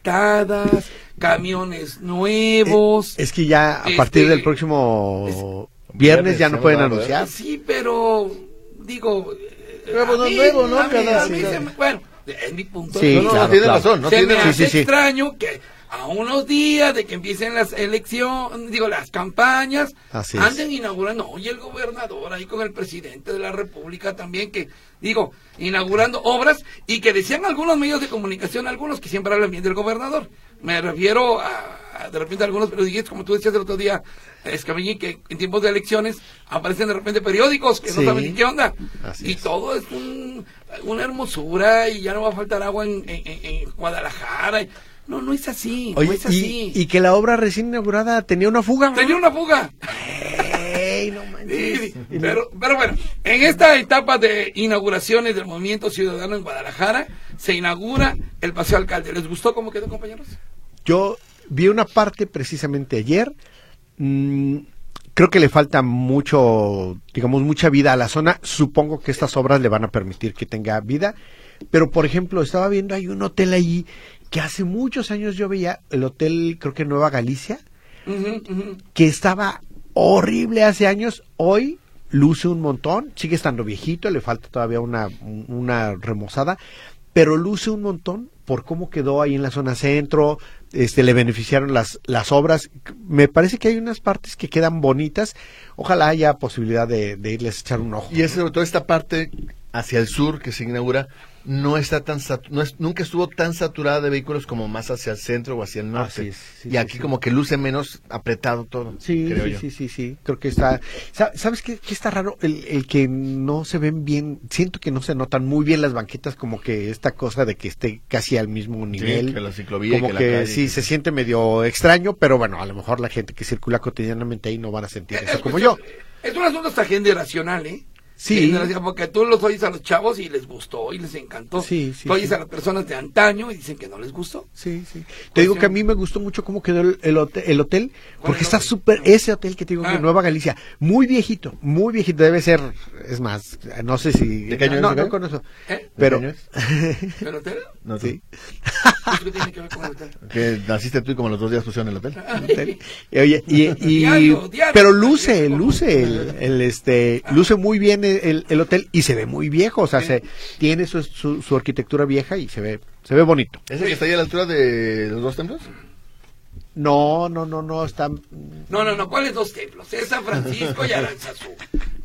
[SPEAKER 1] pavimentadas, camiones
[SPEAKER 2] Eh,
[SPEAKER 1] nuevos.
[SPEAKER 3] Es que ya a
[SPEAKER 1] Este,
[SPEAKER 3] partir del próximo viernes ya no
[SPEAKER 2] viernes,
[SPEAKER 3] pueden
[SPEAKER 2] sábado,
[SPEAKER 3] anunciar.
[SPEAKER 1] Sí, pero digo... eh,
[SPEAKER 2] Nuevo,
[SPEAKER 1] a
[SPEAKER 2] no nuevo, ¿no?
[SPEAKER 1] a mí-
[SPEAKER 2] Cada-
[SPEAKER 1] a mí
[SPEAKER 2] sí.
[SPEAKER 1] se me- bueno, es mi punto
[SPEAKER 3] Sí,
[SPEAKER 2] no, no,
[SPEAKER 3] claro,
[SPEAKER 2] tiene
[SPEAKER 3] claro.
[SPEAKER 2] razón, no
[SPEAKER 1] se
[SPEAKER 2] tiene
[SPEAKER 1] me
[SPEAKER 3] Sí,
[SPEAKER 1] hace
[SPEAKER 3] sí, sí.
[SPEAKER 1] extraño que a unos días de que empiecen las elecciones, digo, las campañas,
[SPEAKER 3] Así es.
[SPEAKER 1] anden inaugurando, oye, el gobernador ahí con el presidente de la República también, que, digo, inaugurando obras y que decían algunos medios de comunicación, algunos que siempre hablan bien del gobernador. Me refiero a, a, de repente, algunos periodistas, como tú decías el otro día, Escabellín, que en tiempos de elecciones aparecen de repente periódicos que no
[SPEAKER 3] Sí.
[SPEAKER 1] saben ni qué onda.
[SPEAKER 3] Así
[SPEAKER 1] y
[SPEAKER 3] es.
[SPEAKER 1] todo es un- una hermosura y ya no va a faltar agua en, en- en- en Guadalajara. No, no es así, no
[SPEAKER 3] Oye,
[SPEAKER 1] es
[SPEAKER 3] y,
[SPEAKER 1] pues así.
[SPEAKER 3] y que la obra recién inaugurada tenía una fuga.
[SPEAKER 1] Tenía una fuga.
[SPEAKER 3] Ey, no manches.
[SPEAKER 1] Sí, pero, pero bueno, en esta etapa de inauguraciones del Movimiento Ciudadano en Guadalajara, se inaugura el Paseo Alcalde. ¿Les gustó cómo quedó, compañeros?
[SPEAKER 3] Yo vi una parte precisamente ayer. mm, creo que le falta mucho, digamos, mucha vida a la zona. Supongo que estas obras le van a permitir que tenga vida. Pero, por ejemplo, estaba viendo, hay un hotel ahí que hace muchos años yo veía, el hotel, creo que Nueva Galicia,
[SPEAKER 1] Ujú, ujú.
[SPEAKER 3] que estaba horrible hace años. Hoy luce un montón, sigue estando viejito, le falta todavía una, una remozada, pero luce un montón por cómo quedó ahí en la zona centro, este, le beneficiaron las, las obras. Me parece que hay unas partes que quedan bonitas. Ojalá haya posibilidad de, de irles a echar un ojo.
[SPEAKER 2] Y es sobre todo esta parte hacia el sur que se inaugura no está tan sat- no es- nunca estuvo tan saturada de vehículos como más hacia el centro o hacia el norte.
[SPEAKER 3] Así es, sí,
[SPEAKER 2] y
[SPEAKER 3] sí,
[SPEAKER 2] aquí
[SPEAKER 3] sí.
[SPEAKER 2] como que luce menos apretado todo.
[SPEAKER 3] Sí,
[SPEAKER 2] creo
[SPEAKER 3] sí,
[SPEAKER 2] yo.
[SPEAKER 3] sí, sí, sí. Creo que está. sa- ¿Sabes qué, qué está raro? El, el que no se ven bien. Siento que no se notan muy bien las banquetas, como que esta cosa de que esté casi al mismo nivel.
[SPEAKER 2] que la ciclovía y
[SPEAKER 3] Como
[SPEAKER 2] que
[SPEAKER 3] que,
[SPEAKER 2] la calle.
[SPEAKER 3] sí, se siente medio extraño, pero bueno, a lo mejor la gente que circula cotidianamente ahí no van a sentir eso como yo.
[SPEAKER 1] Eh, Es un asunto hasta generacional, ¿eh?
[SPEAKER 3] Sí.
[SPEAKER 1] Generacional, Porque tú los oyes a los chavos y les gustó y les encantó.
[SPEAKER 3] Sí, sí,
[SPEAKER 1] Tú oyes
[SPEAKER 3] sí.
[SPEAKER 1] a las personas de antaño y dicen que no les gustó.
[SPEAKER 3] Sí, sí. Te digo que a mí me gustó mucho cómo quedó el, el hotel, el hotel,
[SPEAKER 1] ¿Cuál
[SPEAKER 3] porque está
[SPEAKER 1] hotel?
[SPEAKER 3] súper, ese hotel que te digo
[SPEAKER 1] Ah.
[SPEAKER 3] que Nueva Galicia, muy viejito, muy viejito, debe ser, es más, no sé si...
[SPEAKER 2] ¿De qué año es,
[SPEAKER 3] no,
[SPEAKER 2] de qué?
[SPEAKER 3] no conozco.
[SPEAKER 1] ¿Eh?
[SPEAKER 3] Pero...
[SPEAKER 2] ¿De qué año
[SPEAKER 1] ¿El hotel?
[SPEAKER 2] No,
[SPEAKER 3] Sí.
[SPEAKER 1] ¿Eso qué tiene que ver con el hotel?
[SPEAKER 2] Que naciste tú y como los dos días pusieron el hotel.
[SPEAKER 3] Oye, y, y-
[SPEAKER 1] Diario, diario.
[SPEAKER 3] pero luce, luce el, el, este, luce muy bien el- el, el hotel y se ve muy viejo, o sea,
[SPEAKER 1] Sí.
[SPEAKER 3] se tiene su, su, su arquitectura vieja y se ve, se ve bonito.
[SPEAKER 2] ¿Ese que está ahí a la altura de los dos templos?
[SPEAKER 3] No, no, no, no, está
[SPEAKER 1] No, no, no, ¿cuáles dos templos? Es San Francisco y Aranzazú.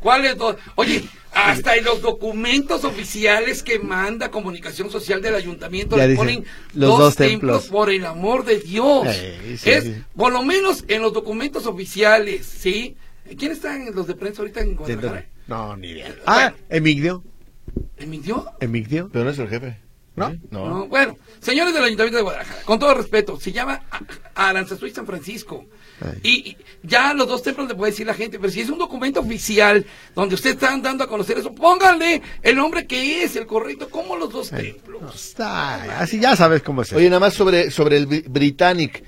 [SPEAKER 1] ¿Cuáles dos? Oye, hasta en los documentos oficiales que manda Comunicación Social del Ayuntamiento
[SPEAKER 3] Ya
[SPEAKER 1] le
[SPEAKER 3] dicen,
[SPEAKER 1] ponen
[SPEAKER 3] los dos templos.
[SPEAKER 1] por el amor de Dios.
[SPEAKER 3] Eh, sí,
[SPEAKER 1] es,
[SPEAKER 3] sí.
[SPEAKER 1] por lo menos en los documentos oficiales, ¿sí? ¿Quién están en los de prensa ahorita en Guadalajara?
[SPEAKER 3] No, ni idea. Ah, Emigdio,
[SPEAKER 1] ¿Emitió?
[SPEAKER 3] Emigdio,
[SPEAKER 2] Pero no es el jefe.
[SPEAKER 3] ¿no?
[SPEAKER 2] ¿Sí?
[SPEAKER 1] No, bueno, señores del Ayuntamiento de Guadalajara, con todo respeto, se llama A- Aranzazú y San Francisco.
[SPEAKER 3] Ay.
[SPEAKER 1] Y, y ya los dos templos le puede decir la gente, pero si es un documento oficial donde ustedes están dando a conocer eso, pónganle el nombre que es el correcto, como los dos templos.
[SPEAKER 3] No, está, así ya sabes cómo es.
[SPEAKER 2] Oye, nada más sobre, sobre el Bri- Britannic.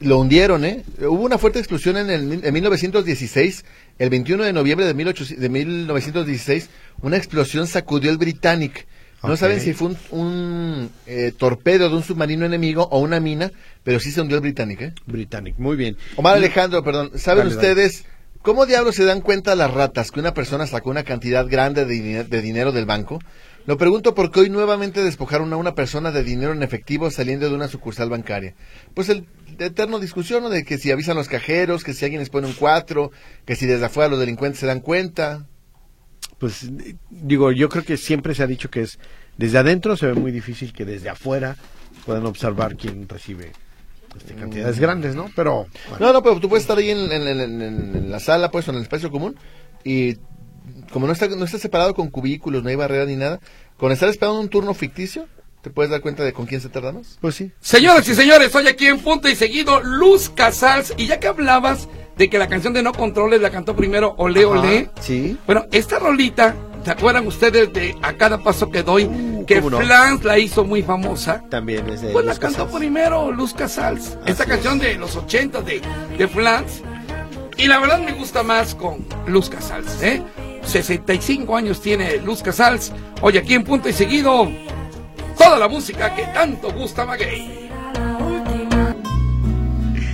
[SPEAKER 2] Lo hundieron, ¿eh? Hubo una fuerte explosión en, el, mil- en 1916, el 21 de noviembre de, 18 de 1916. Una explosión sacudió el Britannic. No
[SPEAKER 3] Ok.
[SPEAKER 2] saben si fue un, un, eh, torpedo de un submarino enemigo o una mina, pero sí se hundió el Britannic, ¿eh?
[SPEAKER 3] Britannic, muy bien.
[SPEAKER 2] Omar Alejandro, perdón. ¿Saben
[SPEAKER 3] Dale, dale.
[SPEAKER 2] ustedes cómo diablos se dan cuenta las ratas que una persona sacó una cantidad grande de, diner- de dinero del banco? Lo pregunto porque hoy nuevamente despojaron a una persona de dinero en efectivo saliendo de una sucursal bancaria. Pues el eterno discusión ¿no? de que si avisan los cajeros, que si alguien les pone un cuatro, que si desde afuera los delincuentes se dan cuenta.
[SPEAKER 3] Pues eh, digo, yo creo que siempre se ha dicho que es desde adentro se ve muy difícil que desde afuera puedan observar quién recibe
[SPEAKER 1] Mm.
[SPEAKER 3] este, cantidades grandes, ¿no? Pero bueno,
[SPEAKER 2] No, no, pero tú puedes estar ahí en, en- en- en- en la sala, pues, o en el espacio común, y como no está, no está separado con cubículos, no hay barrera ni nada, con estar esperando un turno ficticio, ¿Te puedes dar cuenta de con quién se tarda más?
[SPEAKER 5] Pues sí.
[SPEAKER 1] Señoras y señores, hoy aquí en Punto y Seguido, Luz Casals. Y ya que hablabas de que la canción de No Controles la cantó primero Ole Ole.
[SPEAKER 2] Ajá, Sí.
[SPEAKER 1] Bueno, esta rolita, ¿se acuerdan ustedes de A Cada Paso que Doy?
[SPEAKER 3] Uh,
[SPEAKER 1] que
[SPEAKER 3] cómo no.
[SPEAKER 1] Flans la hizo muy famosa.
[SPEAKER 3] También es de
[SPEAKER 1] Pues la
[SPEAKER 3] Luz
[SPEAKER 1] cantó
[SPEAKER 3] Casals.
[SPEAKER 1] primero Luz Casals. esta
[SPEAKER 3] es.
[SPEAKER 1] canción de los 80 de, de Flans. Y la verdad me gusta más con Luz Casals, ¿eh? 65 años tiene Luz Casals. Hoy aquí en Punto y Seguido, toda la música que tanto gusta a Maguey.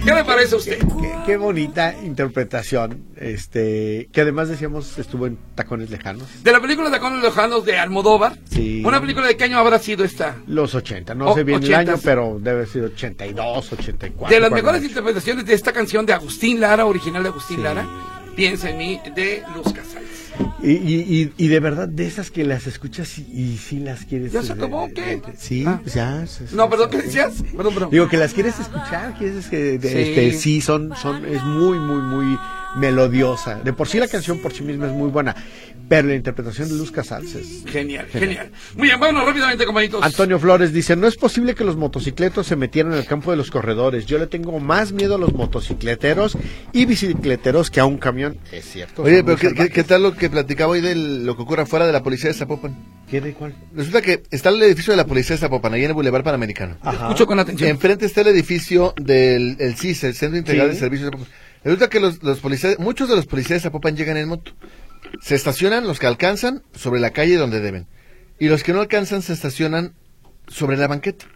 [SPEAKER 1] ¿Qué le parece a usted?
[SPEAKER 3] Qué, qué bonita interpretación, este, que además decíamos estuvo en Tacones Lejanos,
[SPEAKER 1] De la película Tacones Lejanos de Almodóvar.
[SPEAKER 3] Sí.
[SPEAKER 1] ¿Una película de qué año habrá sido esta?
[SPEAKER 3] los 80, no
[SPEAKER 1] O-
[SPEAKER 3] sé bien
[SPEAKER 1] 80s.
[SPEAKER 3] el año, pero debe ser 82, 84.
[SPEAKER 1] De las
[SPEAKER 3] por ahí.
[SPEAKER 1] mejores interpretaciones de esta canción de Agustín Lara, original de Agustín
[SPEAKER 3] Sí.
[SPEAKER 1] Lara, Piensa en mí, de Luz Casals.
[SPEAKER 3] Y, y, y, y de verdad, de esas que las escuchas y, y sí las quieres.
[SPEAKER 1] ¿Ya se
[SPEAKER 3] eh,
[SPEAKER 1] acabó o qué?
[SPEAKER 3] eh, Sí,
[SPEAKER 1] Ah.
[SPEAKER 3] pues ya. se-
[SPEAKER 1] No,
[SPEAKER 3] se-
[SPEAKER 1] perdón,
[SPEAKER 3] se-
[SPEAKER 1] ¿qué decías? Perdón, perdón.
[SPEAKER 3] Digo que las quieres escuchar, quieres que de-
[SPEAKER 1] Sí.
[SPEAKER 3] este, sí son son es muy muy muy melodiosa. De por sí la canción por sí misma es muy buena, pero la interpretación de Luz Casals es
[SPEAKER 1] Genial, genial. Muy bien, vámonos rápidamente, compañitos.
[SPEAKER 3] Antonio Flores dice, no es posible que los motocicletos se metieran al campo de los corredores. Yo le tengo más miedo a los motocicleteros y bicicleteros que a un camión. Es cierto.
[SPEAKER 2] Oye, pero
[SPEAKER 3] pues, son muy
[SPEAKER 2] ¿qué, qué,
[SPEAKER 3] salvajes.
[SPEAKER 2] qué tal lo que platicaba hoy de lo que ocurre afuera de la policía de Zapopan?
[SPEAKER 3] ¿Qué de cuál?
[SPEAKER 2] Resulta que está el edificio de la policía de Zapopan, ahí en el Boulevard Panamericano.
[SPEAKER 3] Ajá.
[SPEAKER 1] Escucho con atención.
[SPEAKER 2] Enfrente está el edificio del el CISE, el Centro Integral
[SPEAKER 3] Sí.
[SPEAKER 2] de Servicios de Zapopan. Resulta que los, los policías, muchos de los policías de Zapopan llegan en moto. Se estacionan los que alcanzan sobre la calle donde deben. Y los que no alcanzan se estacionan sobre la banqueta.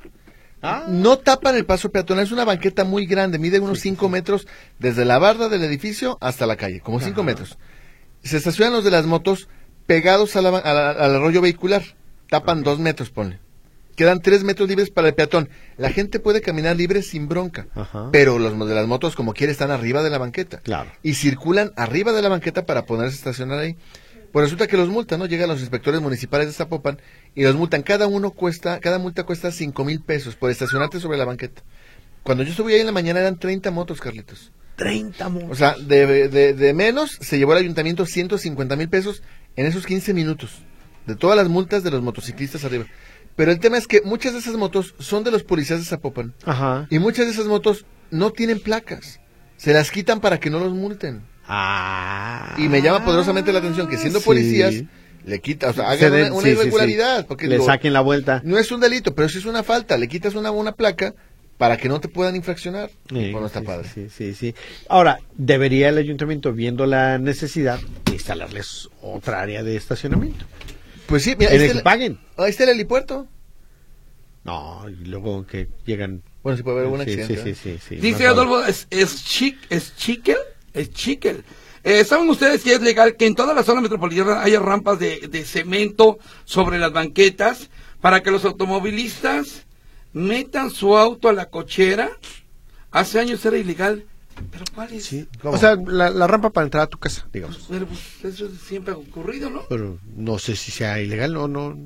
[SPEAKER 3] Ah.
[SPEAKER 2] No tapan el paso peatonal, es una banqueta muy grande, mide unos 5 metros desde la barda del edificio hasta la calle, como 5 metros. Se estacionan los de las motos pegados a la ba- a la- al arroyo vehicular, tapan 2 metros, ponle. Quedan 3 metros libres para el peatón. La gente puede caminar libre sin bronca,
[SPEAKER 3] Ajá.
[SPEAKER 2] pero los mo- de las motos, como quiere, están arriba de la banqueta.
[SPEAKER 3] Claro.
[SPEAKER 2] Y circulan arriba de la banqueta para ponerse a estacionar ahí. Pues resulta que los multan, ¿no? Llegan los inspectores municipales de Zapopan y los multan. Cada uno cuesta, cada multa cuesta cinco mil pesos por estacionarte sobre la banqueta. Cuando yo estuve ahí en la mañana eran 30 motos, Carlitos.
[SPEAKER 3] 30 motos.
[SPEAKER 2] O sea, de, de- de menos se llevó el ayuntamiento 150 mil pesos en esos 15 minutos. De todas las multas de los motociclistas arriba. Pero el tema es que muchas de esas motos son de los policías de Zapopan.
[SPEAKER 3] Ajá.
[SPEAKER 2] Y muchas de esas motos no tienen placas. Se las quitan para que no los multen.
[SPEAKER 3] Ah.
[SPEAKER 2] Y me llama poderosamente la atención que siendo
[SPEAKER 3] Sí.
[SPEAKER 2] policías le quita, o sea, hagan
[SPEAKER 3] Se den-
[SPEAKER 2] una, una
[SPEAKER 3] sí, sí, sí.
[SPEAKER 2] irregularidad. Porque
[SPEAKER 3] Le
[SPEAKER 2] digo,
[SPEAKER 3] saquen la vuelta.
[SPEAKER 2] no es un delito, pero sí es una falta. Le quitas una, una placa para que no te puedan infraccionar.
[SPEAKER 3] Sí,
[SPEAKER 2] Bueno, está
[SPEAKER 3] sí,
[SPEAKER 2] padre.
[SPEAKER 3] Sí, sí, sí. Ahora, debería el ayuntamiento, viendo la necesidad, instalarles otra área de estacionamiento.
[SPEAKER 2] Pues sí, mira, ahí
[SPEAKER 3] En el
[SPEAKER 2] está,
[SPEAKER 3] que
[SPEAKER 2] el-
[SPEAKER 3] paguen.
[SPEAKER 2] ahí está el helipuerto.
[SPEAKER 3] No, y luego que llegan.
[SPEAKER 2] Bueno, sí puede haber algún
[SPEAKER 3] Sí,
[SPEAKER 2] accidente.
[SPEAKER 3] sí, sí,
[SPEAKER 2] ¿eh?
[SPEAKER 3] sí, sí.
[SPEAKER 1] Dice
[SPEAKER 3] Más
[SPEAKER 1] Adolfo, es, es chic, es chiquel, es chiquel. Eh, ¿Saben ustedes que es legal que en toda la zona metropolitana haya rampas de, de cemento sobre las banquetas para que los automovilistas metan su auto a la cochera? Hace años era ilegal. ¿Pero cuál es?
[SPEAKER 3] Sí, ¿cómo?
[SPEAKER 5] O sea, la, la rampa para entrar a tu casa.
[SPEAKER 3] digamos.
[SPEAKER 1] Pero, pues, eso siempre ha ocurrido, ¿no?
[SPEAKER 3] Pero no sé si sea ilegal o no.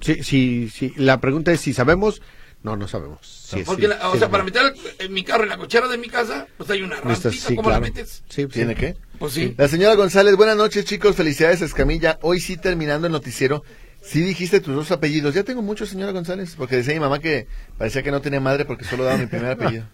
[SPEAKER 3] Sí, sí, sí. La pregunta es si sabemos. No, no sabemos. Sí,
[SPEAKER 1] Porque,
[SPEAKER 3] sí,
[SPEAKER 1] la- o
[SPEAKER 3] sí,
[SPEAKER 1] sea,
[SPEAKER 3] no.
[SPEAKER 1] para meter eh, mi carro en la cochera de mi casa, pues hay una rampita,
[SPEAKER 3] Necesitas- sí,
[SPEAKER 1] ¿cómo la
[SPEAKER 3] claro.
[SPEAKER 1] metes?
[SPEAKER 3] Sí, sí.
[SPEAKER 2] ¿Tiene qué?
[SPEAKER 1] Pues sí.
[SPEAKER 2] La señora González, buenas noches chicos, felicidades Escamilla. Hoy sí terminando el noticiero, sí dijiste tus dos apellidos. Ya tengo muchos, señora González, porque decía mi mamá que parecía que no tenía madre porque solo daba mi primer apellido.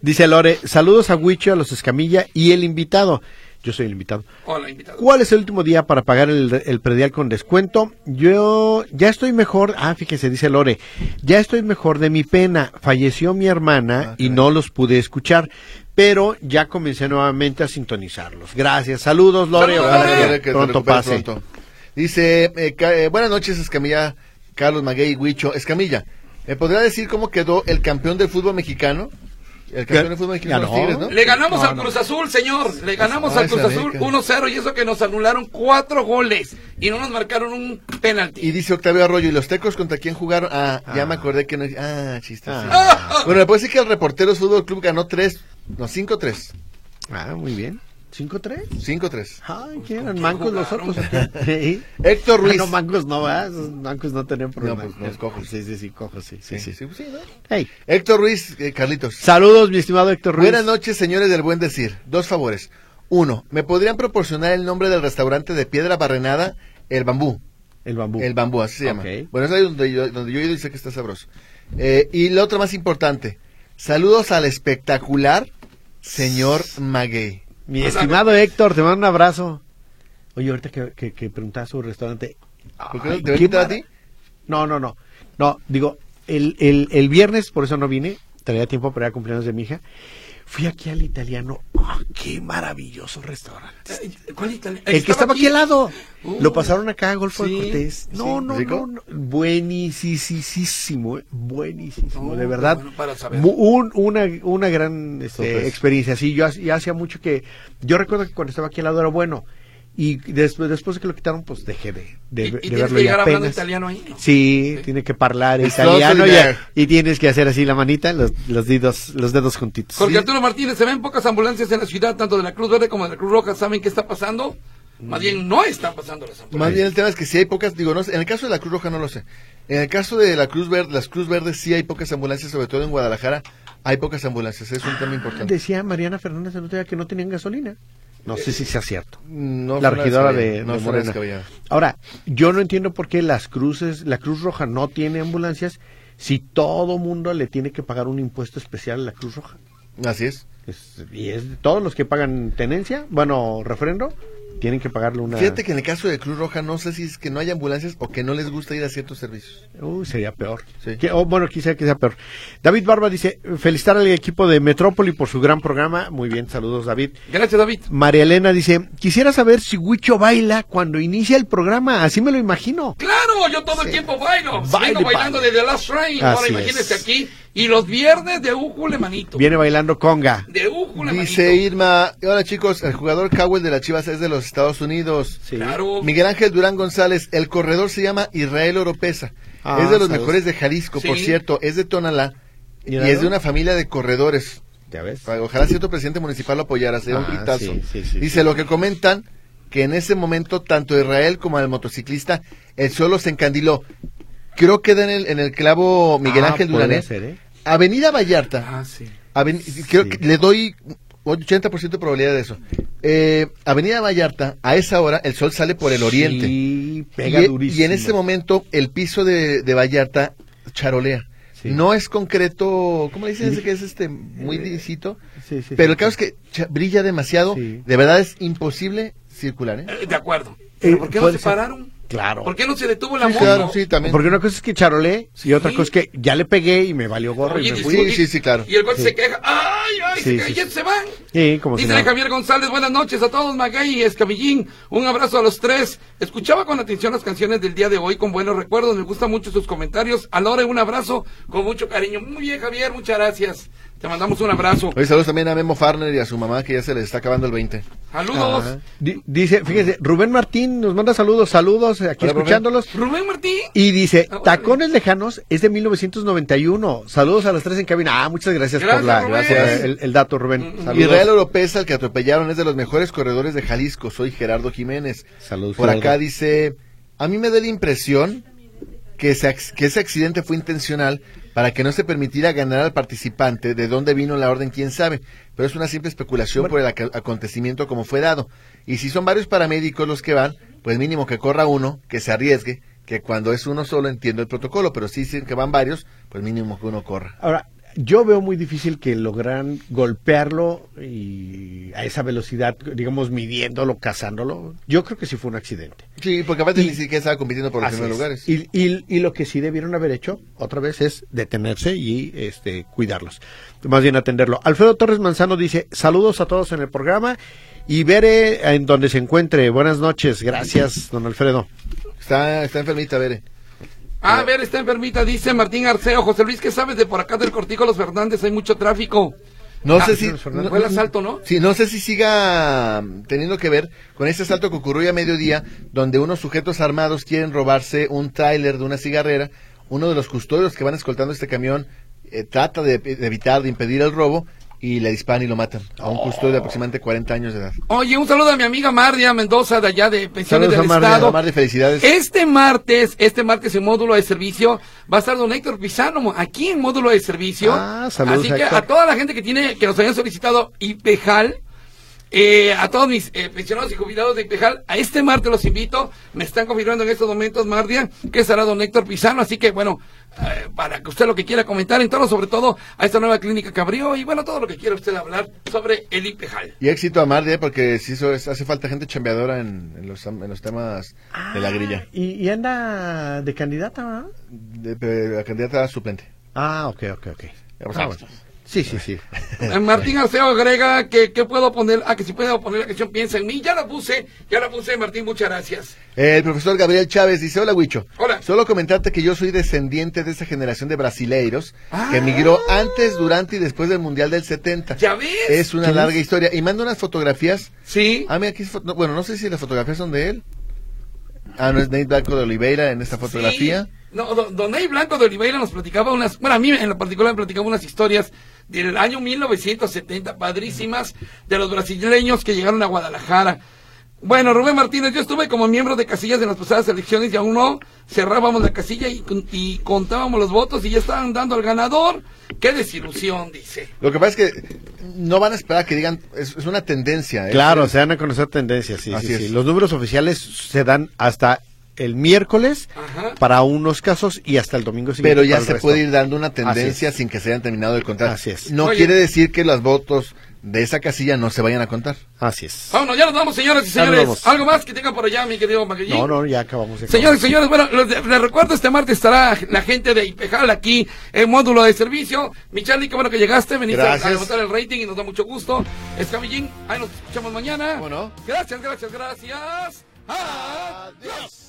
[SPEAKER 3] Dice Lore, saludos a Huicho, a los Escamilla y el invitado. Yo soy el invitado.
[SPEAKER 1] Hola, invitado.
[SPEAKER 3] ¿Cuál es el último día para pagar el, el predial con descuento? Yo ya estoy mejor. Ah, fíjense, dice Lore. Ya estoy mejor de mi pena. Falleció mi hermana
[SPEAKER 2] Ah,
[SPEAKER 3] y
[SPEAKER 2] caray.
[SPEAKER 3] no los pude escuchar. Pero ya comencé nuevamente a sintonizarlos. Gracias. Saludos, Lore.
[SPEAKER 1] Saludos,
[SPEAKER 3] Ojalá
[SPEAKER 1] Lore.
[SPEAKER 2] que
[SPEAKER 3] que
[SPEAKER 2] te
[SPEAKER 3] pronto
[SPEAKER 2] recuperes
[SPEAKER 3] pase.
[SPEAKER 2] pronto. Dice, eh, Ca- eh, buenas noches Escamilla, Carlos Maguey, Huicho. Escamilla, ¿me podría decir cómo quedó el campeón del fútbol mexicano? El campeón del fútbol mexicano son los
[SPEAKER 3] Ganó.
[SPEAKER 2] Tigres, ¿no?
[SPEAKER 1] Le ganamos
[SPEAKER 3] No,
[SPEAKER 1] al
[SPEAKER 3] no.
[SPEAKER 1] Cruz Azul, señor. Le ganamos
[SPEAKER 2] Ah,
[SPEAKER 1] al Cruz
[SPEAKER 2] esa
[SPEAKER 1] Azul
[SPEAKER 2] beca.
[SPEAKER 1] 1-0 y eso que nos anularon cuatro goles y no nos marcaron un penalti.
[SPEAKER 2] Y dice Octavio Arroyo, ¿y los tecos contra quién jugaron? Ah, ya me acordé que no... Ah, chiste. sí.
[SPEAKER 1] Ah.
[SPEAKER 2] Bueno, después sí que el reportero Fútbol Club ganó 3, no, 5-3.
[SPEAKER 3] Ah, muy bien. ¿5-3?
[SPEAKER 2] 5-3.
[SPEAKER 3] Ay, ¿qué eran mancos
[SPEAKER 1] quién
[SPEAKER 3] los
[SPEAKER 1] jugaron?
[SPEAKER 3] otros? o qué? Sí.
[SPEAKER 2] Héctor
[SPEAKER 3] Ah,
[SPEAKER 2] Ruiz.
[SPEAKER 3] no, mancos no, ¿verdad? Esos Mancos no tenían problema.
[SPEAKER 2] pues, los cojos.
[SPEAKER 3] Sí, sí, sí, cojos, sí. sí, sí.
[SPEAKER 2] Sí, sí, ¿no?
[SPEAKER 3] Hey.
[SPEAKER 2] Héctor Ruiz, eh, Carlitos.
[SPEAKER 3] Saludos, mi estimado Héctor Ruiz.
[SPEAKER 2] Buenas noches, señores del buen decir. Dos favores. Uno, ¿me podrían proporcionar el nombre del restaurante de piedra barrenada, El Bambú?
[SPEAKER 3] El bambú.
[SPEAKER 2] El bambú, así se llama.
[SPEAKER 3] Ok.
[SPEAKER 2] Bueno, es ahí donde yo, donde yo he ido y sé que está sabroso. Eh, y lo otro más importante, saludos al espectacular señor Maguey.
[SPEAKER 3] Mi estimado Héctor, te mando un abrazo. Oye, ahorita que, que, que preguntaba sobre el restaurante.
[SPEAKER 2] ¿Por qué no
[SPEAKER 3] ay,
[SPEAKER 2] te voy a
[SPEAKER 3] qué
[SPEAKER 2] invitar a
[SPEAKER 3] mara-
[SPEAKER 2] ti?
[SPEAKER 3] No, no, no. No, digo, el, el, el viernes, por eso no vine. Tenía tiempo para ir a cumpleaños de mi hija. Fui aquí al italiano. ¡Ah, ¡Qué maravilloso restaurante!
[SPEAKER 1] ¿Cuál italiano?
[SPEAKER 3] El, que estaba aquí al lado.
[SPEAKER 1] Uh.
[SPEAKER 3] Lo pasaron acá a Golfo
[SPEAKER 1] Sí,
[SPEAKER 3] de Cortés. No,
[SPEAKER 2] sí.
[SPEAKER 3] no,
[SPEAKER 2] ¿Rico?
[SPEAKER 3] no, no. Buenisísimo, eh, buenísimo.
[SPEAKER 1] No,
[SPEAKER 3] de verdad.
[SPEAKER 1] Oh, bueno, para saber.
[SPEAKER 3] Mu- un- una, una gran este,
[SPEAKER 2] Sorpresa.
[SPEAKER 3] experiencia. Sí, yo ha- ya hacía mucho que. Yo recuerdo que cuando estaba aquí al lado era bueno. Y después, después de que lo quitaron, pues dejé de, de,
[SPEAKER 1] Y- y
[SPEAKER 3] de
[SPEAKER 1] tienes
[SPEAKER 3] verlo.
[SPEAKER 1] que
[SPEAKER 3] y
[SPEAKER 1] llegar hablando
[SPEAKER 3] apenas-
[SPEAKER 1] italiano ahí, ¿no?
[SPEAKER 3] Sí,
[SPEAKER 1] Sí.
[SPEAKER 3] tiene que hablar
[SPEAKER 2] Es
[SPEAKER 3] italiano
[SPEAKER 2] lo
[SPEAKER 3] y,
[SPEAKER 2] solidario.
[SPEAKER 3] y tienes que hacer así la manita, los, los dedos, los dedos juntitos.
[SPEAKER 1] Jorge
[SPEAKER 3] Sí.
[SPEAKER 1] Arturo Martínez, se ven pocas ambulancias en la ciudad, tanto de la Cruz Verde como de la Cruz Roja. ¿Saben qué está pasando? Más bien no están pasando las ambulancias.
[SPEAKER 2] Más bien el tema es que si hay pocas, digo, no sé, en el caso de la Cruz Roja no lo sé. En el caso de la Cruz Verde, las Cruz Verdes sí hay pocas ambulancias, sobre todo en Guadalajara, hay pocas ambulancias, es un tema importante.
[SPEAKER 3] Decía Mariana Fernández el otro día que no tenían gasolina. No sé si sea cierto.
[SPEAKER 2] No
[SPEAKER 3] la
[SPEAKER 2] suena
[SPEAKER 3] regidora
[SPEAKER 2] descabellado,
[SPEAKER 3] de,
[SPEAKER 2] no
[SPEAKER 3] de
[SPEAKER 2] suena
[SPEAKER 3] Morena.
[SPEAKER 2] descabellado.
[SPEAKER 3] Ahora, yo no entiendo por qué las cruces, la Cruz Roja no tiene ambulancias si todo mundo le tiene que pagar un impuesto especial a la Cruz Roja.
[SPEAKER 2] Así es.
[SPEAKER 3] Es- y es de todos los que pagan tenencia, bueno, refrendo, tienen que pagarle una.
[SPEAKER 2] Fíjate que en el caso de Cruz Roja no sé si es que no hay ambulancias o que no les gusta ir a ciertos servicios.
[SPEAKER 3] Uy, sería peor.
[SPEAKER 2] Sí.
[SPEAKER 3] Que- oh, bueno, quizá que sea peor. David Barba dice, felicitar al equipo de Metrópoli por su gran programa. Muy bien, saludos David.
[SPEAKER 1] Gracias, David.
[SPEAKER 3] María Elena dice, quisiera saber si Huicho baila cuando inicia el programa, así me lo imagino.
[SPEAKER 1] Claro, yo todo el tiempo bailo.
[SPEAKER 3] Baile,
[SPEAKER 1] Vengo bailando
[SPEAKER 3] baile.
[SPEAKER 1] desde The Last Train. Ahora
[SPEAKER 3] Así
[SPEAKER 1] imagínense
[SPEAKER 3] es.
[SPEAKER 1] aquí. Y los viernes de Újule Manito.
[SPEAKER 3] Viene bailando conga.
[SPEAKER 1] De Újule
[SPEAKER 2] Dice
[SPEAKER 1] Manito.
[SPEAKER 2] Irma, hola chicos, el jugador Cowell de las Chivas es de los Estados Unidos.
[SPEAKER 3] Sí.
[SPEAKER 1] Claro.
[SPEAKER 2] Miguel Ángel Durán González, el corredor se llama Israel Oropesa.
[SPEAKER 3] Ah,
[SPEAKER 2] es de los
[SPEAKER 3] saludos.
[SPEAKER 2] mejores de Jalisco, por
[SPEAKER 1] Sí.
[SPEAKER 2] cierto, es de Tonalá y,
[SPEAKER 3] Míralo.
[SPEAKER 2] es de una familia de corredores.
[SPEAKER 3] ¿Ya ves?
[SPEAKER 2] Ojalá cierto presidente municipal lo apoyara, sería un
[SPEAKER 3] Ah,
[SPEAKER 2] pitazo.
[SPEAKER 3] sí, sí, sí,
[SPEAKER 2] Dice lo que comentan que en ese momento tanto Israel como el motociclista el suelo se encandiló. Creo que da en el, en el clavo Miguel
[SPEAKER 3] Ah,
[SPEAKER 2] Ángel
[SPEAKER 3] puede
[SPEAKER 2] Durán. ¿eh?
[SPEAKER 3] ser, ¿eh?
[SPEAKER 2] Avenida Vallarta.
[SPEAKER 1] Ah, sí.
[SPEAKER 2] Aven- Creo que le doy 80% de probabilidad de eso. Eh, Avenida Vallarta, a esa hora el sol sale por el oriente.
[SPEAKER 3] Sí, pega
[SPEAKER 2] y,
[SPEAKER 3] durísimo.
[SPEAKER 2] y en ese momento el piso de, de Vallarta charolea.
[SPEAKER 3] Sí.
[SPEAKER 2] No es concreto, ¿cómo le dicen?
[SPEAKER 3] Sí. Eh,
[SPEAKER 2] Ese que es este muy lisito.
[SPEAKER 3] Sí, sí, sí.
[SPEAKER 2] pero el caso es que cha- brilla demasiado.
[SPEAKER 3] Sí.
[SPEAKER 2] De verdad es imposible circular. ¿eh?
[SPEAKER 1] Eh, De acuerdo. Pero
[SPEAKER 3] Eh,
[SPEAKER 1] ¿Por qué no
[SPEAKER 3] puede
[SPEAKER 1] se
[SPEAKER 3] ser.
[SPEAKER 1] pararon?
[SPEAKER 3] Claro.
[SPEAKER 1] ¿Por qué no se detuvo la moto?
[SPEAKER 2] Claro, sí, también.
[SPEAKER 3] Porque una cosa es que charolé y otra
[SPEAKER 1] Sí.
[SPEAKER 3] cosa es que ya le pegué y me valió gorro y
[SPEAKER 1] Oye,
[SPEAKER 3] me
[SPEAKER 1] y-
[SPEAKER 3] fui.
[SPEAKER 2] Sí, sí, sí, claro.
[SPEAKER 1] Y el coche se queja. ¡Ay, ay!
[SPEAKER 3] Sí,
[SPEAKER 1] se,
[SPEAKER 3] sí,
[SPEAKER 1] cae,
[SPEAKER 3] sí.
[SPEAKER 1] se van.
[SPEAKER 3] Sí, como si
[SPEAKER 1] Dice
[SPEAKER 3] nada.
[SPEAKER 1] Javier González, buenas noches a todos, Magay y Escamillín. Un abrazo a los tres. Escuchaba con atención las canciones del día de hoy con buenos recuerdos. Me gustan mucho sus comentarios. A Lore, un abrazo con mucho cariño. Muy bien, Javier, muchas gracias. Te mandamos un abrazo.
[SPEAKER 2] Hoy saludos también a Memo Farner y a su mamá que ya se le está acabando el 20.
[SPEAKER 1] Saludos.
[SPEAKER 3] Ajá. Di- Dice, fíjese, Rubén Martín nos manda saludos, saludos, eh, aquí
[SPEAKER 2] Hola, Rubén.
[SPEAKER 3] escuchándolos.
[SPEAKER 1] Rubén Martín.
[SPEAKER 3] Y dice,
[SPEAKER 1] Ah, órale.
[SPEAKER 3] Tacones Lejanos es de 1991. Saludos a las tres en cabina. Ah, muchas gracias,
[SPEAKER 1] Gracias,
[SPEAKER 3] por la,
[SPEAKER 1] Rubén. Mm,
[SPEAKER 3] gracias, el, el dato, Rubén. Saludos.
[SPEAKER 2] Israel Oropesa, al que atropellaron, es de los mejores corredores de Jalisco. Soy Gerardo Jiménez.
[SPEAKER 3] Saludos,
[SPEAKER 2] Por
[SPEAKER 3] Gerardo.
[SPEAKER 2] acá dice, a mí me da la impresión que ese, ac- que ese accidente fue intencional para que no se permitiera ganar al participante de dónde vino la orden, quién sabe. Pero es una simple especulación por el aca- acontecimiento como fue dado. Y si son varios paramédicos los que van, pues mínimo que corra uno, que se arriesgue, que cuando es uno solo entiendo el protocolo, pero si dicen que van varios, pues mínimo que uno corra.
[SPEAKER 3] Ahora, yo veo muy difícil que logran golpearlo y a esa velocidad, digamos, midiéndolo, cazándolo. Yo creo que sí fue un accidente.
[SPEAKER 2] Sí, porque aparte
[SPEAKER 3] Y-
[SPEAKER 2] ni siquiera estaba compitiendo por los
[SPEAKER 3] Así
[SPEAKER 2] primeros
[SPEAKER 3] es.
[SPEAKER 2] lugares.
[SPEAKER 3] Y, y- y lo que sí debieron haber hecho, otra vez, es detenerse y este, cuidarlos. Más bien atenderlo. Alfredo Torres Manzano dice, saludos a todos en el programa y veré en donde se encuentre. Buenas noches. Gracias, don Alfredo.
[SPEAKER 2] Está, está enfermita, Bere.
[SPEAKER 1] A ver, está enfermita, dice Martín Arceo. José Luis, ¿qué sabes de por acá del Cortijo Los Fernández? Hay mucho tráfico.
[SPEAKER 2] No
[SPEAKER 1] Ah,
[SPEAKER 2] sé si.
[SPEAKER 1] Fernández. Fue el asalto, ¿no?
[SPEAKER 2] Sí, no sé si siga mm, teniendo que ver con ese asalto que ocurrió ya a mediodía, donde unos sujetos armados quieren robarse un tráiler de una cigarrera. Uno de los custodios que van escoltando este camión eh, trata de, de evitar, de impedir el robo, y le disparan y lo matan a un custodio de aproximadamente 40 años de edad.
[SPEAKER 1] Oye, un saludo a mi amiga Mardia Mendoza de allá de Pensiones
[SPEAKER 3] Saludos
[SPEAKER 1] del
[SPEAKER 3] a Mardia.
[SPEAKER 1] Estado.
[SPEAKER 2] Omar, de felicidades.
[SPEAKER 1] Este martes, este martes en módulo de servicio va a estar don Héctor Pizano aquí en módulo de servicio.
[SPEAKER 3] Ah, saludos,
[SPEAKER 1] Así que
[SPEAKER 3] Héctor.
[SPEAKER 1] a toda la gente que tiene que nos hayan solicitado IPEJAL Eh, a todos mis eh, pensionados y jubilados de Impejal, a este martes los invito. Me están confirmando en estos momentos, Mardia, que estará don Héctor Pizano. Así que, bueno, eh, para que usted lo que quiera comentar, en torno sobre todo a esta nueva clínica que abrió y, bueno, todo lo que quiera usted hablar sobre el Impejal.
[SPEAKER 2] Y éxito a Mardia, porque sí, eso es- hace falta gente chambeadora en, en los, en los temas de la grilla.
[SPEAKER 4] Ah, Y, y anda de candidata, ¿verdad?
[SPEAKER 2] De- de- la candidata suplente.
[SPEAKER 4] Ah, ok, ok, ok.
[SPEAKER 2] Ah, bueno.
[SPEAKER 4] Sí, sí, sí.
[SPEAKER 1] Eh, Martín Arceo agrega que, que puedo poner, ah, que si puedo poner la canción Piensa en mí. Ya la puse, ya la puse, Martín, muchas gracias.
[SPEAKER 2] Eh, El profesor Gabriel Chávez dice, hola Huicho.
[SPEAKER 1] Hola.
[SPEAKER 2] Solo comentarte que yo soy descendiente de esa generación de brasileiros
[SPEAKER 1] Ah.
[SPEAKER 2] que emigró antes, durante y después del Mundial del 70.
[SPEAKER 1] ¿Ya ves?
[SPEAKER 2] Es una larga historia. Y manda unas fotografías.
[SPEAKER 1] Sí.
[SPEAKER 2] Ah, mira, aquí es fo- no, bueno, no sé si las fotografías son de él. Ah, no, es Nate Blanco de Oliveira en esta fotografía.
[SPEAKER 1] Sí. No, do- don Ney Blanco de Oliveira nos platicaba unas, bueno, a mí en lo particular me platicaba unas historias del año 1970, padrísimas, de los brasileños que llegaron a Guadalajara. Bueno, Rubén Martínez, yo estuve como miembro de casillas en las pasadas elecciones y aún no cerrábamos la casilla y, con- y contábamos los votos y ya estaban dando al ganador. Qué desilusión, dice.
[SPEAKER 2] Lo que pasa es que no van a esperar que digan, es, es una tendencia. ¿eh?
[SPEAKER 4] Claro, se van a conocer tendencias, sí,
[SPEAKER 2] Así
[SPEAKER 4] sí,
[SPEAKER 2] es.
[SPEAKER 4] sí. Los números oficiales se dan hasta el miércoles
[SPEAKER 1] Ajá.
[SPEAKER 4] para unos casos y hasta el domingo siguiente.
[SPEAKER 2] Pero ya
[SPEAKER 4] para el
[SPEAKER 2] se
[SPEAKER 4] resto.
[SPEAKER 2] puede ir dando una tendencia
[SPEAKER 4] Así
[SPEAKER 2] sin que se hayan terminado de contar.
[SPEAKER 4] Así es.
[SPEAKER 2] No
[SPEAKER 1] Oye.
[SPEAKER 2] quiere decir que los votos de esa casilla no se vayan a contar.
[SPEAKER 4] Así es.
[SPEAKER 1] Vámonos, ya nos vamos, señoras y
[SPEAKER 4] Ya nos
[SPEAKER 1] señores.
[SPEAKER 4] vamos.
[SPEAKER 1] Algo más que tenga por allá, mi querido Maguillín.
[SPEAKER 4] No, no, ya acabamos. ya acabamos.
[SPEAKER 1] Señores, señores, bueno, les, les recuerdo, este martes estará la gente de Impejal aquí en módulo de servicio. Mi Charlie, qué bueno que llegaste, veniste a- a
[SPEAKER 2] Gracias.
[SPEAKER 1] levantar el rating y nos da mucho gusto. Escabillín, ahí nos escuchamos mañana.
[SPEAKER 2] ¿Cómo no?
[SPEAKER 1] Gracias, gracias, gracias. Adiós.